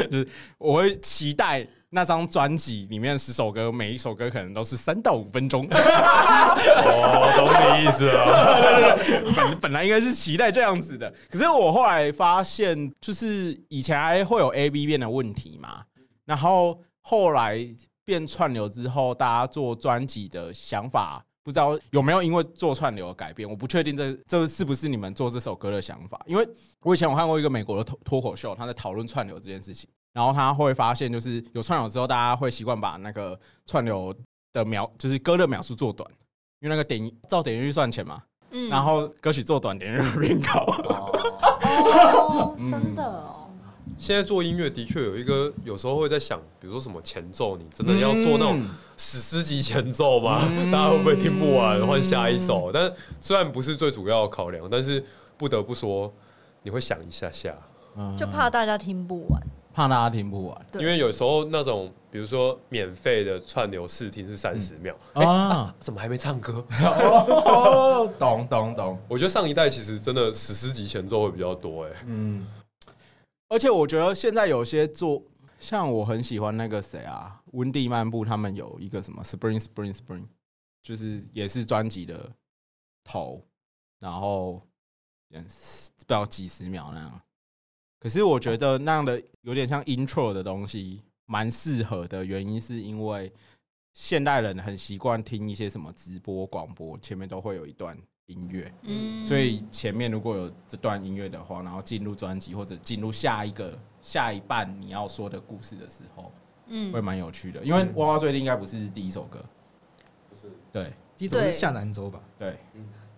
样就是我会期待那张专辑里面十首歌，每一首歌可能都是三到五分钟。
哦，懂你意思了，
本 [LAUGHS] 本来应该是期待这样子的，可是我后来发现，就是以前还会有 A B 变的问题嘛，然后后来变串流之后，大家做专辑的想法，不知道有没有因为做串流而改变，我不确定这这是不是你们做这首歌的想法，因为我以前我看过一个美国的脱脱口秀，他在讨论串流这件事情，然后他会发现，就是有串流之后，大家会习惯把那个串流的描，就是歌的描述做短。因为那个点照点阅率算钱嘛，
嗯
然后歌曲做短点 [LAUGHS] 就变高。
哦，真的哦，
现在做音乐的确有一个，有时候会在想，比如说什么前奏，你
嗯
真的要做那种史诗级前奏吗？大家会不会听不完，换下一首？但虽然不是最主要的考量，但是不得不说，你会想一下下，
就怕大家听不完。
怕大家听不完
对
因为有时候那种，比如说免费的串流试听是三十秒，
啊！
怎么还没
[LAUGHS]
唱歌？
哦，懂懂懂。
我觉得上一代其实真的史诗级前奏会比较多、哎，
嗯，而且我觉得现在有些做，像我很喜欢那个谁啊，温蒂漫步，他们有一个什么 Spring Spring Spring，就是也是专辑的头，然后嗯，不知道几十秒那样。可是我觉得那样的有点像 intro 的东西，蛮适合的原因是因为现代人很习惯听一些什么直播广播，前面都会有一段音乐。
嗯
所以前面如果有这段音乐的话，然后进入专辑或者进入下一个下一半你要说的故事的时候，会
嗯，
蛮有趣的。因为《娃娃最应该不是第一首歌，不是对
第一首是下南州吧？
对，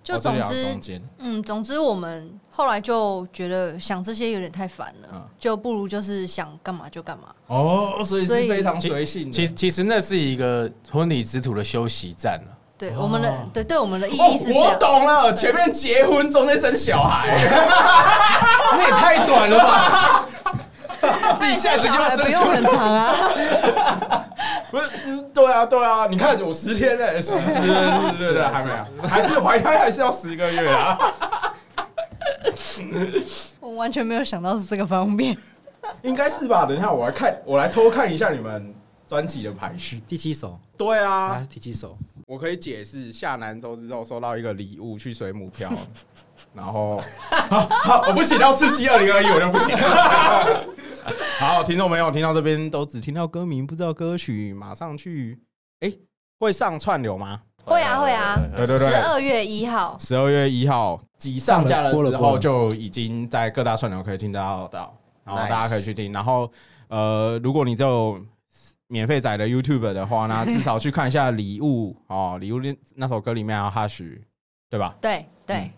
就
哦这
总
两个
之
中间
嗯，总之我们后来就觉得想这些有点太烦了，
嗯
就不如就是想干嘛就干嘛。
哦，所以是
所以
非常随性的。
其其实那是一个婚礼之徒的休息站啊。
对、我们的对对我们的意
哦
义是，这
我
样，
懂了，前面结婚，中间生小孩，
[LAUGHS] 那也太短了吧！
[LAUGHS] 那一下
直接把
哎不
身
用很长啊，
不是？嗯对啊，对啊，你看我十天嘞，十对对对对
啊
对，还没有，还是怀胎还是要十个月啊。
我完全没有想到是这个方面。
应该是吧？等一下，我来看，我来偷看一下你们专辑的排序。
第七首
对
啊，
啊，
第七首，
我可以解释，下南州之后收到一个礼物，去水母漂， [LAUGHS] 然后 [LAUGHS] 我不行，到四七二零二一我就不行了。 [LAUGHS] 好，听众朋友听到这边都只听到歌名，不知道歌曲，马上去，哎、会上串流吗？
会啊会啊，
对对
十
对。
二月一号，
十二月一号集上架的
播了
时
播
候，
了
就已经在各大串流可以听得到到，然后
Nice
大家可以去听。然后呃，如果你只有免费载的 YouTube 的话，那至少去看一下礼物哦，礼物那那首歌里面还有 Hush，对吧？
对对。
嗯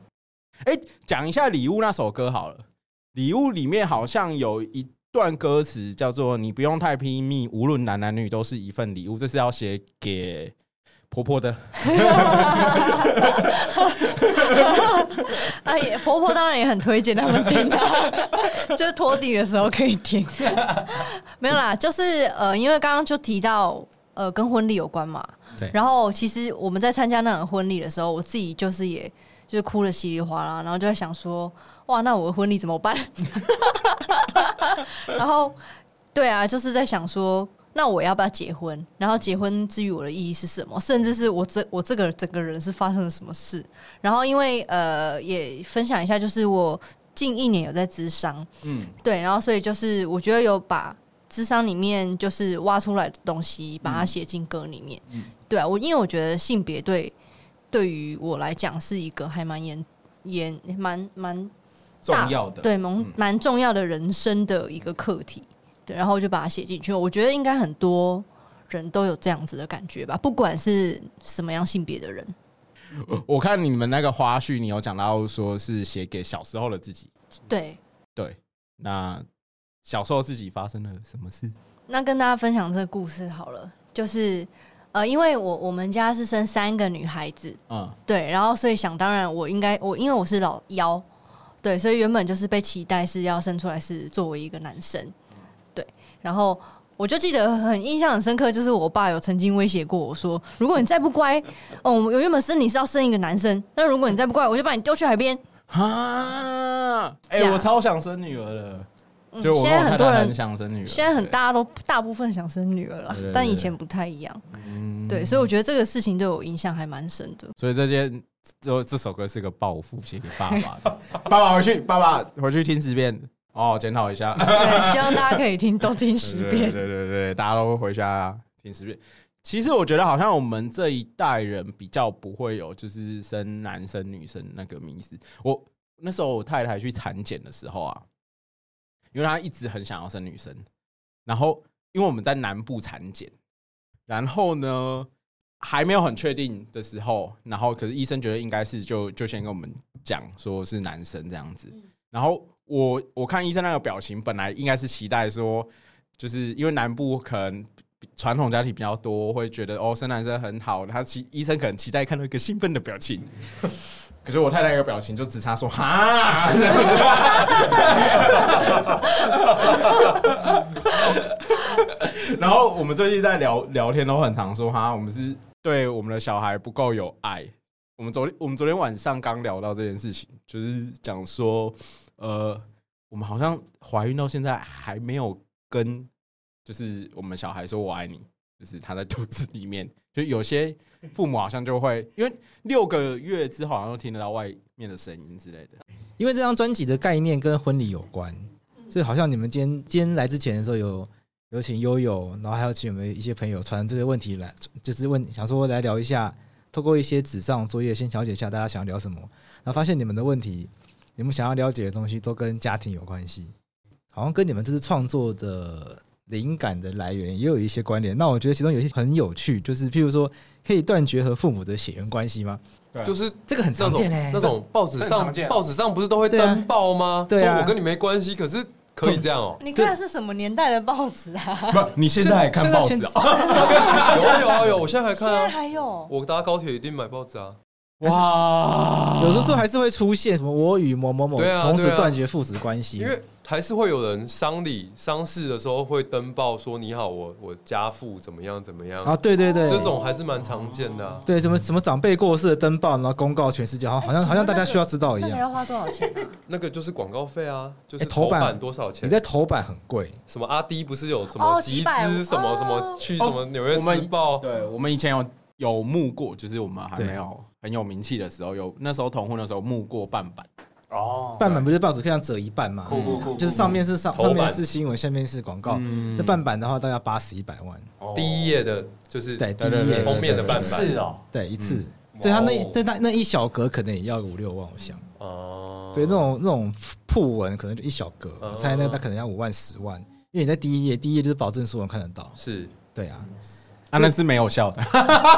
哎，讲一下礼物那首歌好了，礼物里面好像有一。段歌词叫做“你不用太拼命，无论男男女都是一份礼物”，这是要写给婆婆的。
[LAUGHS] 哎，也婆婆当然也很推荐他们听啦，就是拖地的时候可以听。没有啦，就是呃，因为刚刚就提到呃，跟婚礼有关嘛。
对
然后其实我们在参加那场婚礼的时候，我自己就是也就是哭的稀里哗啦，然后就在想说，哇，那我的婚礼怎么办？ [LAUGHS] 然后对啊，就是在想说。那我要不要结婚？然后结婚至于我的意义是什么？甚至是我这我这个整个人是发生了什么事？然后因为呃，也分享一下，就是我近一年有在咨商，
嗯，
对，然后所以就是我觉得有把智商里面就是挖出来的东西，把它写进歌里面。对啊，我因为我觉得性别对对于我来讲是一个还蛮严严蛮蛮
重
大
要的。
对，蛮蛮重要的人生的一个课题。对，然后我就把它写进去。我觉得应该很多人都有这样子的感觉吧，不管是什么样性别的人。
我看你们那个花絮，你有讲到说是写给小时候的自己。
对，
对，那小时候自己发生了什么事？
那跟大家分享这个故事好了，就是呃，因为我我们家是生三个女孩子，
嗯，
对，然后所以想当然，我应该我因为我是老幺，对，所以原本就是被期待是要生出来是作为一个男生，对，然后我就记得很印象很深刻，就是我爸有曾经威胁过我说，如果你再不乖，哦，我原本生你是要生一个男生，那如果你再不乖，我就把你丢去海边。
啊，哎、
这样
我超想生女儿的，
嗯
就我
现
跟我太
在很多
太
人
很想生女儿，
现在很大家都大部分想生女儿了
对对，对嗯
但以前不太一样。对，所以我觉得这个事情对我影响还蛮深的。
对。所以这件这这首歌是个报复，写给爸爸的。 [LAUGHS] 爸爸回去，爸爸回去听十遍哦，检讨一下。
对，希望大家可以听，都听十
对对
遍。
对对对，大家都回家听十遍。其实我觉得好像我们这一代人比较不会有就是生男生女生那个迷思。我那时候我太太去产检的时候啊，因为她一直很想要生女生，然后因为我们在南部产检，然后呢还没有很确定的时候，然后可是医生觉得应该是就就先跟我们讲说是男生这样子，然后我我看医生那个表情，本来应该是期待说就是因为南部可能传统家庭比较多，会觉得哦生男生很好，他期医生可能期待看到一个兴奋的表情。可是我太太那个表情就只差说哈，这样然后我们最近在聊聊天都很常说哈，我们是对我们的小孩不够有爱。我们昨天我们昨天晚上刚聊到这件事情，就是讲说，呃，我们好像怀孕到现在还没有跟就是我们小孩说我爱你，就是他在肚子里面，就有些父母好像就会因为六个月之后好像都听得到外面的声音之类的。
因为这张专辑的概念跟婚礼有关，所以好像你们今天今天来之前的时候有有请悠悠，然后还有请我们一些朋友传这个问题来，就是问想说来聊一下，透过一些纸上作业先了解一下大家想要聊什么，然后发现你们的问题，你们想要了解的东西都跟家庭有关系，好像跟你们这次创作的灵感的来源也有一些关联。那我觉得其中有一些很有趣，就是譬如说，可以断绝和父母的血缘关系吗？
就是
这个很
那
常
种
见嘞、欸
那种报纸
很
上
常见
报纸上不是都会
对啊
登报吗？
对啊
说我跟你没关系，可是可以这
[LAUGHS]
样哦。
你看的是什么年代的报纸啊？
不，你现在还看报纸
现在
啊？
有啊有啊有，我现在还
现
看
在
啊。
还有
我搭高铁一定买报纸啊。
哇，
有的时候还是会出现什么我与某某某
对啊
从此
对啊
断绝父子关系，
因为还是会有人丧礼、丧事的时候会登报说你好，我我家父怎么样怎么样，
啊，对对对，
这种还是蛮常见的、啊。
对什么什么长辈过世的登报，然后公告全世界，好像好像好像大家需要知道一
哎那
样。
个要花多少钱啊？
那个就是广告费啊，就是
哎头
头
版
版多少钱？
你在头版很贵，
什么阿迪不是有什
哦
么
几
集
百
资什么
哦
什么去什么纽约
我们
时报？
哦
对，我们以前有有募过，就是我们还
对
没有很有名气的时候，有那时候同婚的时候募过半版，
哦，
半版不是报纸可以让折一半嘛？
酷酷酷，
[LAUGHS] 就是上面是上
头版嗯
上面是新闻，下面是广告。那半版的话大概八十一百万，
哦
第一页的就是
对，第
对对
一页
对
封面的半版
是哦，
对一次，
嗯
所以他那对那那一小格可能也要五六万，我想。
哦，
对，那种那种铺文可能就一小格，
嗯
我猜那个他可能要五万十万，因为你在第一页，第一页就是保证书能看得到。
是
对啊，
啊，那是没有效的。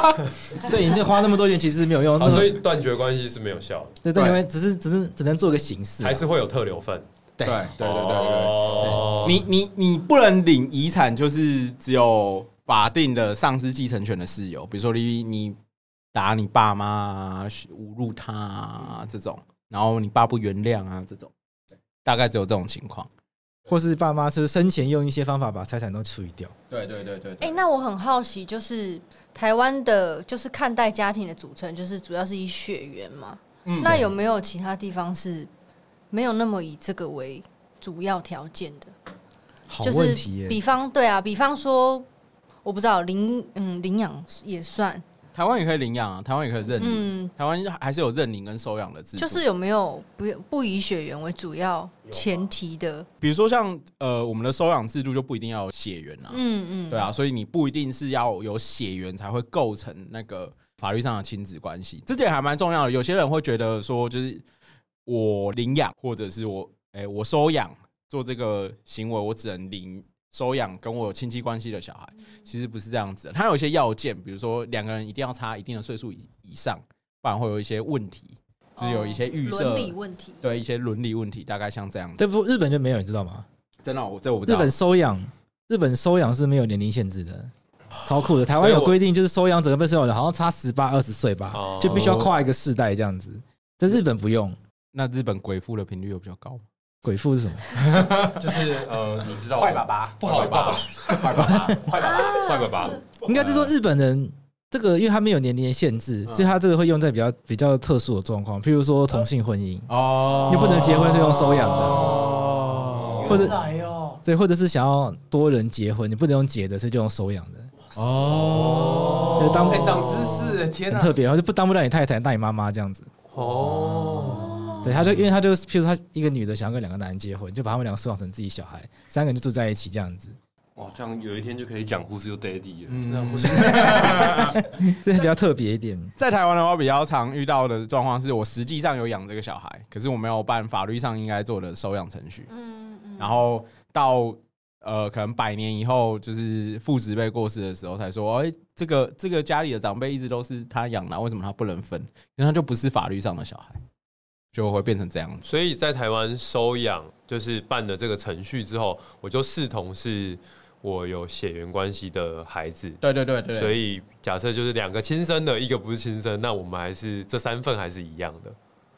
[LAUGHS] 对，你这花那么多钱其实没有用，
啊，
那
所
个
以断绝关系是没有效的，
对对，因为只是只是只能做个形式啊，
还是会有特留份。
对
对对对对对对
哦
你你你不能领遗产，就是只有法定的丧失继承权的事由，比如说你你打你爸妈啊、侮辱他啊这种，然后你爸不原谅啊这种，大概只有这种情况。
或是爸妈是生前用一些方法把财产都处理掉。
对对对对
[LAUGHS] 哎、那我很好奇，就是台湾的，就是看待家庭的组成，就是主要是以血缘嘛。
嗯
那有没有其他地方是没有那么以这个为主要条件的？
好
就
问
是
题耶，
比方对啊，比方说，我不知道领嗯领养也算，
台湾也可以领养啊，台湾也可以认领，
嗯，
台湾还是有认领跟收养的制度。
就是有没有不不以血缘为主要前提的？
比如说像呃我们的收养制度就不一定要有血缘啊，
嗯嗯，
对啊，所以你不一定是要有血缘才会构成那个法律上的亲子关系，这点还蛮重要的。有些人会觉得说，就是我领养或者是我哎、我收养做这个行为，我只能领收养跟我有亲戚关系的小孩，其实不是这样子的。它有一些要件，比如说两个人一定要差一定的岁数以以上，不然会有一些问题，就是有一些预设
伦。理问题。
对一些伦理问题，大概像这样子。
对不？日本就没有，你知道吗？
真的哦，我这我不知
日
道。
本收养，日本收养是没有年龄限制的，超酷的。台湾
所以
有
我
规定，就是收养者跟被收养人好像差十八二十岁吧
哦，
就必须要跨一个世代这样子。但日本不用，
那日本鬼父的频率有比较高吗？
鬼父是什么？
就是呃，你知道
坏爸爸，
不好吧？
坏爸爸，坏爸爸，
坏爸爸，
啊
应该是说日本人这个，因为他没有年龄限制，
嗯
所以他这个会用在比较比较特殊的状况，譬如说同性婚姻，
哦
你不能结婚是用收养的，
哦
或者
哎呦，
对，或者是想要多人结婚，你不能用结的，是就用收养的，
哦，
就当
哎，长知识，天
很
哪！
特别，然后就不当不了你太太，当你妈妈这样子。
哦，
对，他就因为他就是，譬如说他一个女的想要跟两个男人结婚，就把他们两个收养成自己小孩，三个人就住在一起这样子，
哇，这样有一天就可以讲故事又 daddy 了。
嗯
这比较特别一点。
在台湾的话，比较常遇到的状况是我实际上有养这个小孩，可是我没有办法律上应该做的收养程序。
嗯嗯
然后到呃，可能百年以后，就是父子辈过世的时候，才说，哎、这个这个家里的长辈一直都是他养的，为什么他不能分？因为他就不是法律上的小孩，就会变成这样子。
所以在台湾收养就是办了这个程序之后，我就视同是我有血缘关系的孩子。
对对对对，
所以假设就是两个亲生的，一个不是亲生，那我们还是这三份还是一样的。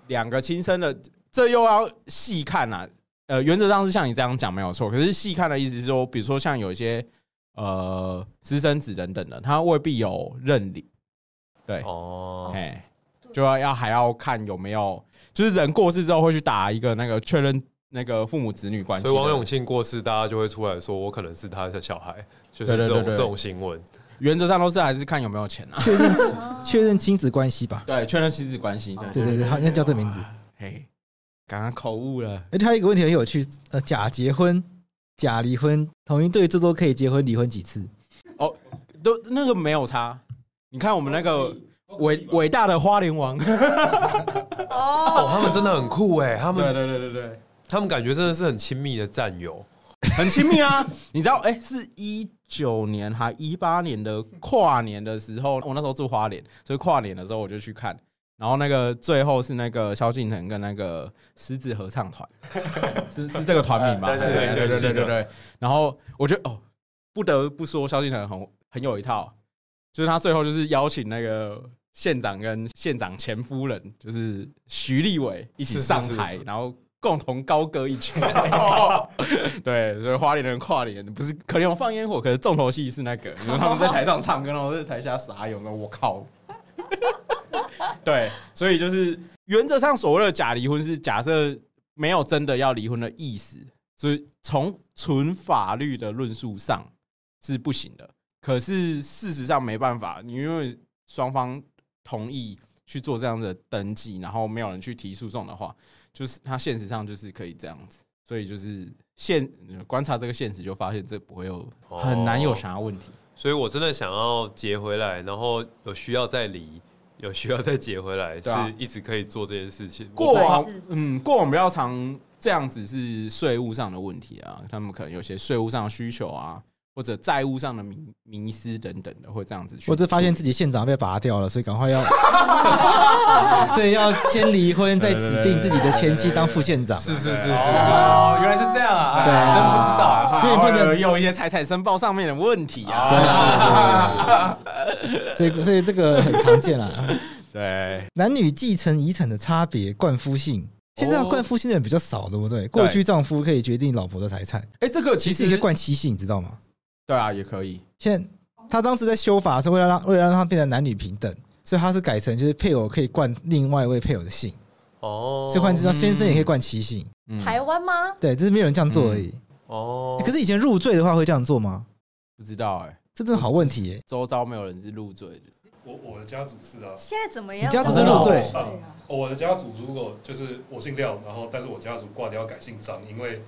两个亲生的，这又要细看啦、呃，原则上是像你这样讲没有错，可是细看的意思是说，比如说像有一些呃私生子等等的，他未必有认领，对，
哦，
哎、就要要还要看有没有，就是人过世之后会去打一个那个确认那个父母子女关系
所
的。
以王永庆过世，大家就会出来说我可能是他的小孩，就是
对对
这
对
种
对
这种新闻。
原则上都是还是看有没有钱啊，
确认
哦
确认亲子关系吧，
对，确认亲子关系，对
对对对，他应该叫这个名字。
嘿，刚刚口误了，
而且还有一个问题很有趣，呃，假结婚、假离婚，同一对最多可以结婚离婚几次？
都那个没有差，你看我们那个。伟伟大的花莲王，
哦，
哦，他们真的很酷哎，他
对
们
对对对对，
他们感觉真的是很亲密的战友。
很亲密啊。 [LAUGHS] 你知道，哎、是一九年还一八年的跨年的时候，我那时候住花莲，所以跨年的时候我就去看。然后那个最后是那个萧敬腾跟那个狮子合唱 [LAUGHS] 团，是是这个团名吧？
嗯对
呃对对
对
对
是
对
的
对对。然后我觉得哦，不得不说萧敬腾很很有一套，就是他最后就是邀请那个县长跟县长前夫人，就是徐立伟一起上台，然后共同高歌一曲。对，所以花莲人跨年不是可怜我放烟火，可是重头戏是那个，你说他们在台上唱歌，然后我在台下傻眼，我说我靠。 [LAUGHS] 对，所以就是原则上所谓的假离婚是假设没有真的要离婚的意思，所以从纯法律的论述上是不行的。可是事实上没办法，你因为双方同意去做这样的登记，然后没有人去提诉讼的话，就是他现实上就是可以这样子。所以就是现观察这个现实，就发现这不会有
哦
很难有啥问题。
所以我真的想要结回来，然后有需要再离，有需要再结回来，
对啊
是一直可以做这件事情。
过往
是
嗯，过往比较常这样子是税务上的问题啊，他们可能有些税务上的需求啊，或者债务上的迷迷失等等的，会这样子去处
或
理。
者发现自己县长被拔掉了，所以赶快 [LAUGHS] 要，所以要先离婚，再指定自己的前妻当副县长。
是是是是，
哦，原来是这样啊！哎
对啊
真不知道啊。
因为你不能
用一些财产申报上面的问题
对
啊。
哦
是是是是是所以所以这个很常见啦。
对，
男女继承遗产的差别，冠夫姓。现在冠夫姓的人比较少，对不对？过去丈夫可以决定老婆的财产，
哎，这个其
其实
实
也可以冠妻姓，你知道吗？
对啊，也可以。
现在他当时在修法是为了让为了让他变成男女平等，所以他是改成就是配偶可以冠另外一位配偶的姓，
哦，
所以换句话
嗯
说，先生也可以冠妻姓。
嗯
台湾吗？
对，只是没有人这样做而已。
哦
欸，可是以前入赘的话会这样做吗？
不知道哎，
这真的好问题耶、
周遭没有人是入赘的。
我我的家族是啊，
现在怎么样？
你家族是入赘
对啊
哦我的家族如果就是我姓廖，然后但是我家族挂掉改姓张，因为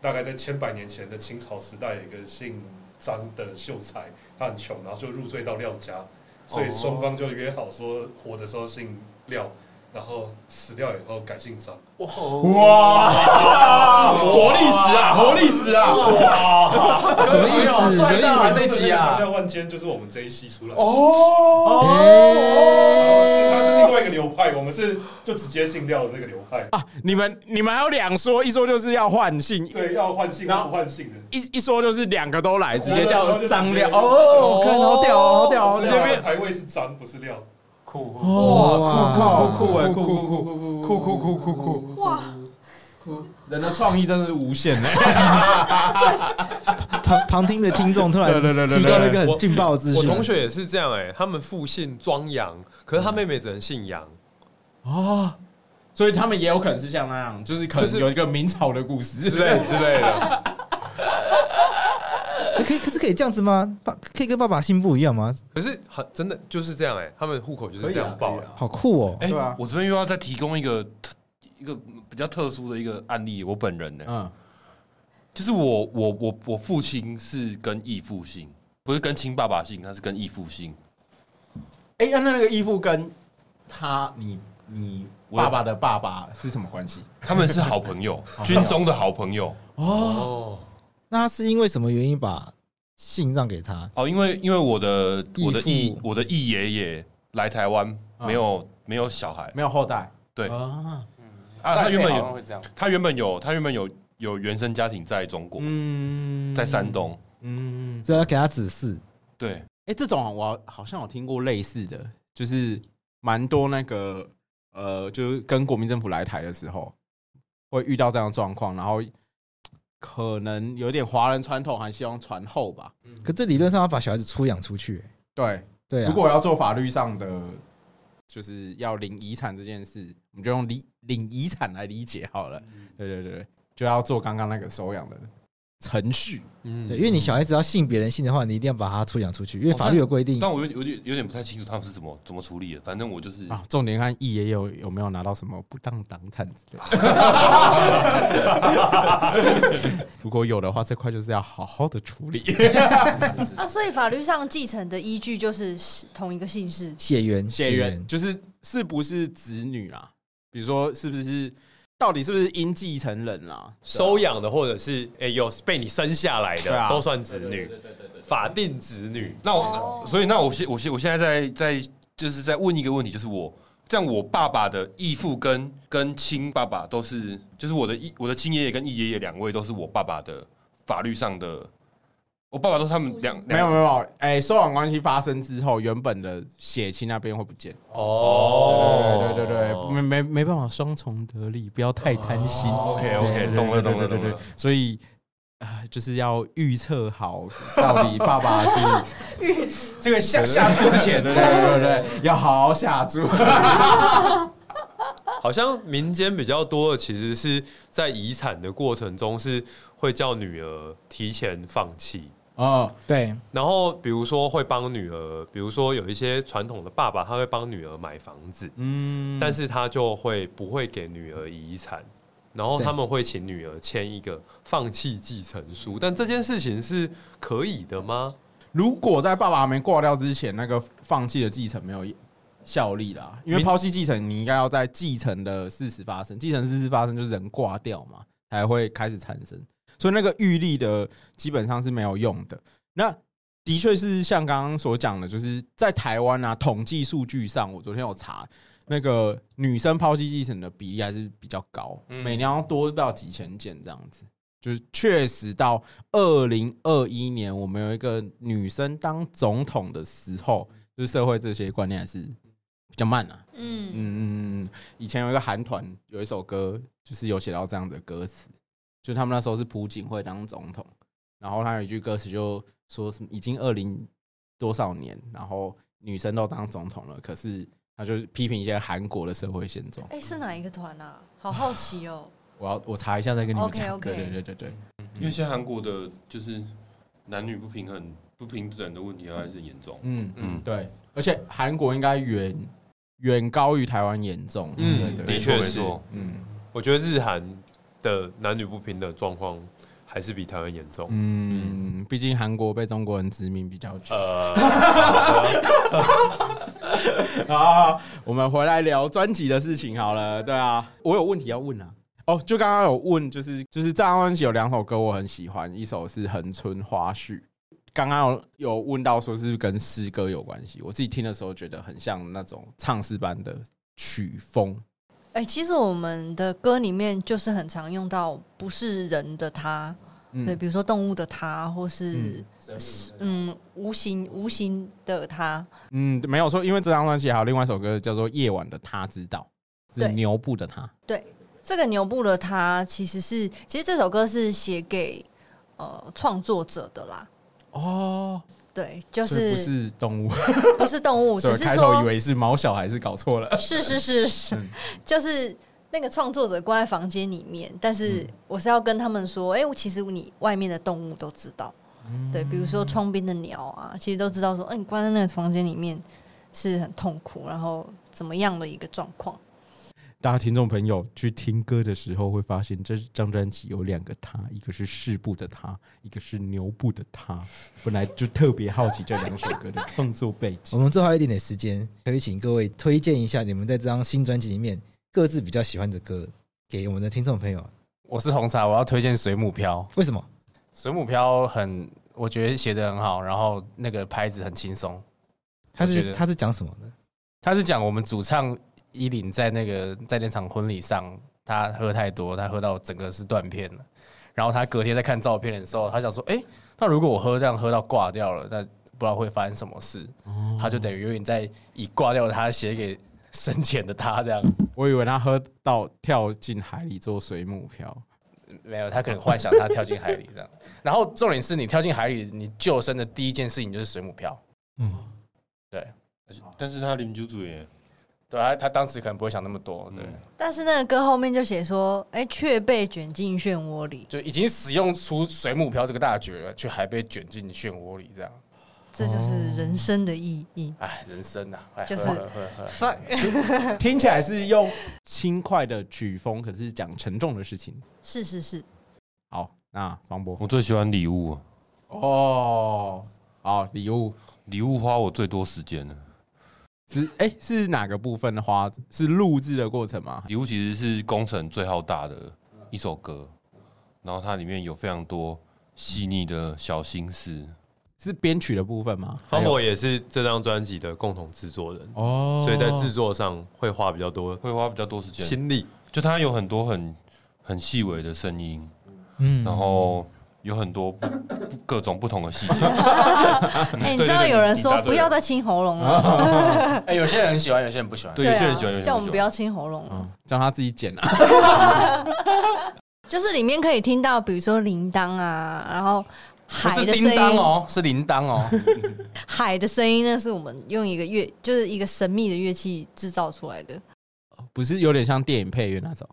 大概在千百年前的清朝时代，有一个姓张的秀才，他很穷，然后就入赘到廖家，所
哦
以双方就约好说活的时候姓廖，然后死掉以后改姓张。
活历史啊，活历史啊！哦
什么意思？
赚到啊这一集
张
啊！哦
廖万坚就是我们这一系出来的。
哎
欸
他是另外一个流派，我们是就直接姓廖的那个流派。
啊
你们你们还有两说，一说就是要换姓，
对，要换姓不换姓的，
一一说就是两个都来，直接
我
叫
那时候就
张廖
直接
哦，看好屌哦，好屌哦，
直
直
接
接
变
变
排位是张，不是廖。
哇
酷酷哎，
酷
酷
酷酷酷酷酷酷酷，
哇，
人的创意真的是无限哎。
旁旁听的听众突然
对对对对对
提到了一个很
我
劲爆的资
我
讯，
同学也是这样哎、他们父姓庄阳，可是
嗯
他妹妹只能姓杨。
哦，所以他们也有可能是像那样，就是可
就是
能有一个明朝的故事
之类之类的。
欸可以可是可以这样子吗？爸可以跟爸爸姓不一样吗？
可是很真的就是这样哎、他们户口就是这样报、欸。
好酷哦、
哎
对啊，
我这边又要再提供一个特一个比较特殊的一个案例，我本人呢，
嗯，
就是我我我我父亲是跟义父姓，不是跟亲爸爸姓，他是跟义父姓。
哎、那那个义父跟他你你
我
爸爸的爸爸是什么关系？
他们是好朋友，军中的好朋友
哦，
那他是因为什么原因把姓让给他？
哦，因为因为我的我的
义
义
父
我的义爷爷来台湾，
啊
没有没有小孩
没有后代，
对
啊，
啊，他原本
好像
有
会这样，
他原本有他原本有有原生家庭在中国，
嗯
在山，东，
嗯，
所以要给他指示。
对，
哎、这种我好像有听过类似的，就是蛮多那个呃，就是跟国民政府来台的时候，会遇到这样的状况，然后可能有点华人传统，还希望传后吧。
可这理论上要把小孩子出养出去、欸
对，
对啊。
嗯如果要做法律上的，就是要领遗产这件事，我们就用理领遗产来理解好了。对对对对，就要做刚刚那个收养的程序。
嗯
对，因为你小孩子要信别人姓的话，你一定要把他出养出去，因为法律有规定。
哦但我有有点有点不太清楚他们是怎么怎么处理的，反正我就是
啊，重点看义也有有没有拿到什么不当党产之 [LAUGHS] 类的。如果有的话，这块就是要好好的处 [LAUGHS] 理。
啊，所以法律上继承的依据就是是同一个姓氏。
血缘，
啊血缘，就是是不是子女啦？比如说是不是到底是不是因继承人啦、啊？
收养的或者是哎、有被你生下来
对啊
的，都算子女，法定子女。
那我所以那我现我现我现在在在就是在问一个问题，就是我这样我爸爸的义父跟跟亲爸爸都是，就是我的义我的亲爷爷跟义爷爷两位都是我爸爸的法律上的，我爸爸都是他们两
没有
两
没有，哎、收养关系发生之后，原本的血亲那边会不见。
哦
对对对对，没没没办法，双重得利，不要太贪心。
OK OK 懂了懂了懂了，
所以啊、就是要预测好到底爸爸是
这个下下注之前，
对对对对， [LAUGHS] 要好好下注。 [LAUGHS]
好像民间比较多的，其实是在遗产的过程中是会叫女儿提前放弃。
哦，
对，
然后，比如说会帮女儿，比如说有一些传统的爸爸，他会帮女儿买房子，
嗯，
但是他就会不会给女儿遗产，然后
对
他们会请女儿签一个放弃继承书。但这件事情是可以的吗？
如果在爸爸还没挂掉之前，那个放弃的继承没有效力啦，因为
明
抛弃继承，你应该要在继承的事实发生，继承事实发生就是人挂掉嘛，才会开始产生，所以那个预立的基本上是没有用的。那的确是像刚刚所讲的，就是在台湾啊，统计数据上，我昨天有查，那个女生抛弃继承的比例还是比较高，每年要多到几千件这样子。就是确实到二零二一年，我们有一个女生当总统的时候，就是社会这些观念还是比较慢啊。
嗯，
嗯嗯嗯，以前有一个韩团有一首歌，就是有写到这样的歌词，就他们那时候是朴槿惠当总统，然后他有一句歌词就说什么已经二零多少年，然后女生都当总统了，可是他就是批评一些韩国的社会现状。
哎，是哪一个团啊？好好奇哦。
我要我查一下再跟你们讲。
OK，OK
对对对对对，
因为现在韩国的就是男女不平衡不平等的问题还是很严重，
嗯
嗯
嗯对，而且韩国应该远远高于台湾严重。
嗯
对对对
的确是
没错
嗯
我觉得日韩的男女不平等状况还是比台湾严重。
嗯，毕竟韩国被中国人殖民比较
[LAUGHS]
嗯
久。
呃，
[LAUGHS]
好，我们回来聊专辑的事情好了。对啊，我有问题要问啊。哦，就刚刚有问，就是就是这张专辑有两首歌我很喜欢，一首是《恒春花絮》。刚刚有有问到说是不是跟诗歌有关系，我自己听的时候觉得很像那种唱诗班的曲风。
哎，其实我们的歌里面就是很常用到不是人的他，
嗯
对，比如说动物的他，或是
嗯
嗯无形无形的他，
嗯，没有错，因为这张专辑还有另外一首歌叫做《夜晚的他知道》，是
对
牛布的他。
这个牛布的他其实是，其实这首歌是写给呃创作者的啦。
哦，
对，就
所以不
是
是动物，
不是动物，
所以我
只是
开
说
头以为是猫小孩，是搞错
[LAUGHS]
了。
是是
嗯
是是，就是那个创作者关在房间里面，但
嗯
是我是要跟他们说，哎、我其实你外面的动物都知道，
嗯
对，比如说窗边的鸟啊，其实都知道说，哎、你关在那个房间里面是很痛苦，然后怎么样的一个状况。
大家听众朋友去听歌的时候，会发现这张专辑有两个他，一个是士部的他，一个是牛部的他。本来就特别好奇这两首歌的创作背
我
景。
们最后还有一点点时间，可以请各位推荐一下你们在这张新专辑里面各自比较喜欢的歌给我们的听众朋友。
我是红茶，我要推荐水母漂。
为什么？
水母漂很，我觉得写的很好，然后那个拍子很轻松。
他
我觉
是
得
他是讲什么的？
他是讲我们主唱依林在那个在那场婚礼上，他喝太多，他喝到整个是断片了。然后他隔天在看照片的时候，他想说：“哎、那如果我喝这样喝到挂掉了，那不知道会发生什么事。他就等于有点在以挂掉的他写给生前的他这样， [LAUGHS]
我以为他喝到跳进海里做水母漂。
没有，他可能幻想他跳进海里这样。然后重点是你跳进海里，你救生的第一件事情就是水母漂。
但是他邻居组也
对啊他，他当时可能不会想那么多，对，
嗯
但是那个歌后面就写说，哎、却被卷进漩涡里，
就已经使用出水母漂这个大绝了，却还被卷进漩涡里这样。
这
哦
就是人生的意义。
哎，人生呐、啊，
就是
喝了
[LAUGHS]
喝了
呃
喝了
fuck，
[LAUGHS]
听起来是用轻快的曲风，可是讲沉重的事情。
是是是，
好，那方博
我最喜欢礼物，
哦，好礼物
礼物花我最多时间了。
是哎、是哪个部分的花？是录制的过程吗？
礼物其实是工程最浩大的一首歌，然后它里面有非常多细腻的小心思。
是编曲的部分吗？
方
还有
博也是这张专辑的共同制作人，
哦，
所以在制作上会花比较多
会花比较多时间，
心力。
就它有很多很很细微的声音，
嗯
然后有很多不不各种不同
[LAUGHS]
的细节。
哎、你
[LAUGHS] 对
知道
对
有人
你
说
答对
不
了啊
要再清喉咙了，啊
哎、有些人很喜欢，有些人不喜欢。
对，有些人喜欢，有些人啊
叫我们不
喜欢
要清喉咙了。
嗯，叫他自己剪啊。
就是里面可以听到，比如说铃铛啊，然后
不是
海的
叮
声
当
音，
哦，是铃铛哦。
海的声音，那是我们用一个乐，就是一个神秘的乐器制造出来的。
不是有点像电影配乐那种，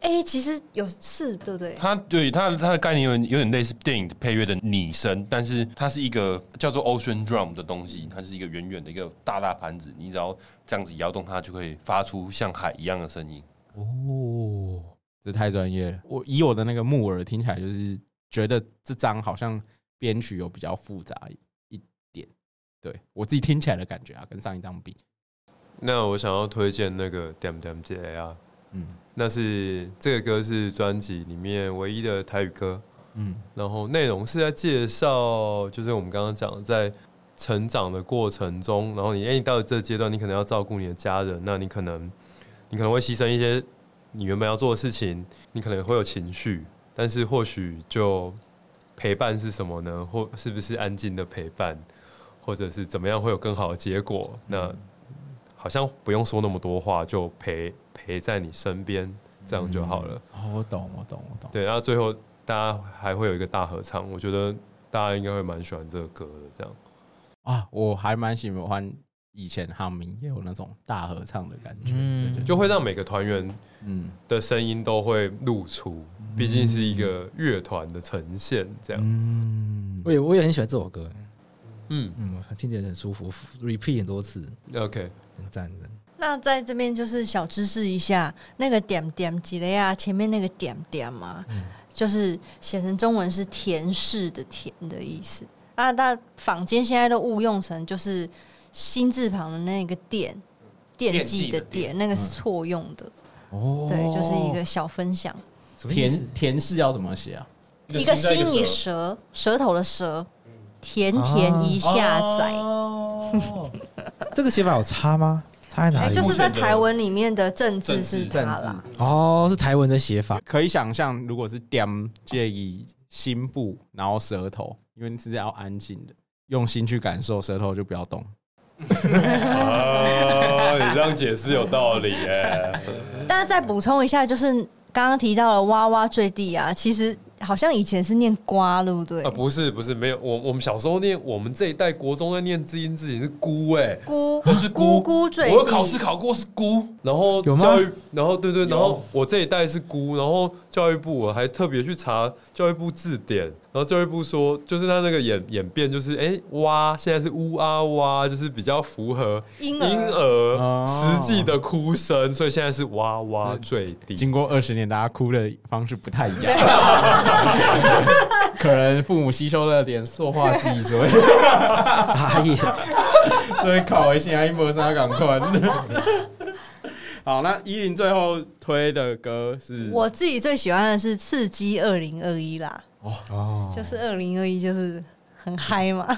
哎、其实有是，对不对？
它对它它的概念有点有点类似电影配乐的拟声，但是它是一个叫做 ocean drum 的东西，它是一个远远的一个大大盘子，你只要这样子摇动它，就可以发出像海一样的声音。
哦，这太专业了。我以我的那个木耳听起来，就是觉得这张好像编曲有比较复杂一点。对我自己听起来的感觉啊，跟上一张比，
那我想要推荐那个 Dam Dam 姐啊，
嗯
那是这个歌是专辑里面唯一的台语歌，
嗯，
然后内容是在介绍，就是我们刚刚讲的在成长的过程中，然后你哎、你到了这个阶段，你可能要照顾你的家人，那你可能你可能会牺牲一些你原本要做的事情，你可能会有情绪，但是或许就陪伴是什么呢？或是不是安静的陪伴，或者是怎么样会有更好的结果？那好像不用说那么多话，就陪陪在你身边，这样就好了。
哦，我懂，我懂，我懂。
对，然后最后大家还会有一个大合唱，我觉得大家应该会蛮喜欢这个歌的。这样，
啊，我还蛮喜欢以前哈明也有那种大合唱的感觉，
嗯
对对，
就会让每个团员
嗯
的声音都会露出，毕竟是一个乐团的呈现。这样，
嗯
我，也我也很喜欢这首歌，
嗯
嗯，听起来很舒服，repeat 很多次，
，OK，
很赞的。
那在这边就是小知识一下，那个点点吉雷亚前面那个点点嘛，
嗯
就是写成中文是甜式的甜的意思啊。那坊间现在都误用成就是心字旁的那个电，电
记
记
的
的
电
电，
嗯
那个是错用的。
哦
对，就是一个小分享，
什么意思
田？田氏要怎么写啊？
一个心
一
一
个
舌，舌头的舌，甜甜一下载。
哦
这个写法有差吗？差在哪
哎，
里？
就是在台文里面的政治是它
政
啦，
治
哦，是台文的写法。
可以想象，如果是 dam 介意心部，然后舌头，因为你是要安静的，用心去感受，舌头就不要动。
[LAUGHS] 哦，你这样解释有道理耶。
但是再补充一下，就是刚刚提到了哇哇坠地啊，其实好像以前是念瓜，对不对
啊，？不是不是，没有，我我们小时候念，我们这一代国中在念字音字形是孤哎，
姑
是
啊姑姑坠
我有考试
地，
考过是菇，
然后
有吗
教育，然后对对，然后我这一代是孤，然后教育部我还特别去查教育部字典，然后教育部说，就是它那个演演变就是，哎、哇，现在是呜啊哇，就是比较符合
婴
婴
儿
儿
哦
实际的哭声，所以现在是哇哇坠地。
经过二十年，大家哭的方式不太 [LAUGHS] 一样，可能父母吸收了点塑化剂，所以
差异
所以考微信还一模三赶快。 [LAUGHS] 好，那依林最后推的歌是
我自己最喜欢的是《刺激二零二一》啦，
哦，
就是二零二一，就是很嗨嘛。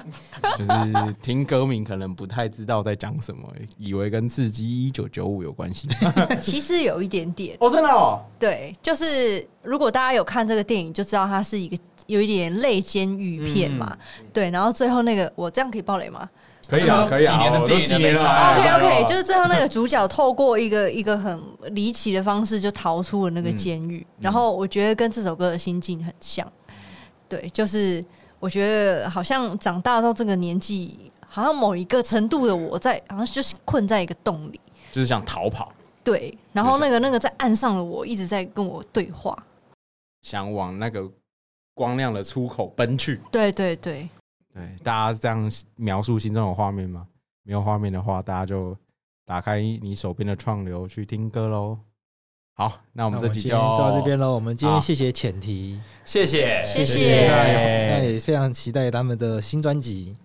就是听歌名可能不太知道在讲什么，以为跟刺激一九九五有关
[LAUGHS]
系。
其实有一点点，
哦，真的哦，
对，就是如果大家有看这个电影，就知道它是一个有一点类监狱片嘛。对，然后最后那个我这样可以爆雷吗？
可以啊，可以啊，
几年的
我都
电影
几年了
没差
哎
OK
来吧
OK，就是最后那个主角透过一个一个很离奇的方式就逃出了那个监狱，然后我觉得跟这首歌的心境很像，对，就是我觉得好像长大到这个年纪，好像某一个程度的我在，好像就是困在一个洞里，
就是想逃跑，
对，然后那个那个在岸上的我一直在跟我对话，
想往那个光亮的出口奔去。
对对对，
对，大家这样描述心中有画面吗？没有画面的话，大家就打开你手边的创流去听歌喽。好，那我
那我
们
们
这
这
集
集
就
就到这边喽。我们今天谢谢浅提，
谢
哎
那也那也非常期待他们的新专辑。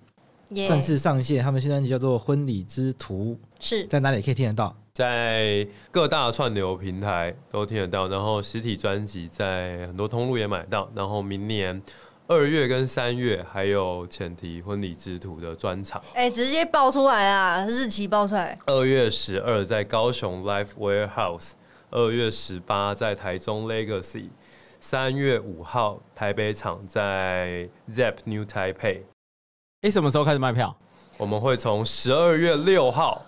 耶
正式上线，他们新专辑叫做《婚礼之徒
是》，
在哪里可以听得到？
在各大串流平台都听得到，然后实体专辑在很多通路也买到，然后明年二月跟三月还有前提婚礼之徒的专场，
哎、直接报出来啊，日期报出来，
二月十二在高雄 Live Warehouse，二月十八在台中 Legacy，三月五号台北场在 Zep New Taipei，
哎，什么时候开始卖票？
我们会从十二月六号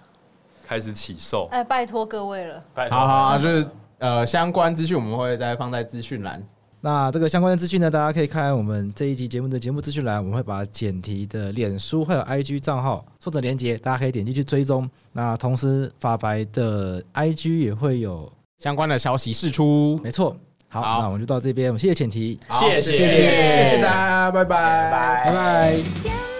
开始起售。
哎、拜托各位了，
拜托
好好，好就是呃，相关资讯我们会再放在资讯栏。
那这个相关的资讯呢，大家可以看我们这一集节目的节目资讯栏，我们会把简题的脸书还有 IG 账号作者连接，大家可以点进去追踪。那同时法白的 IG 也会有，
相关的消息释出。
没错。好，
好
那我们就到这边，我们谢谢浅提，
好谢
谢
谢谢大家，拜拜
拜
拜拜。
天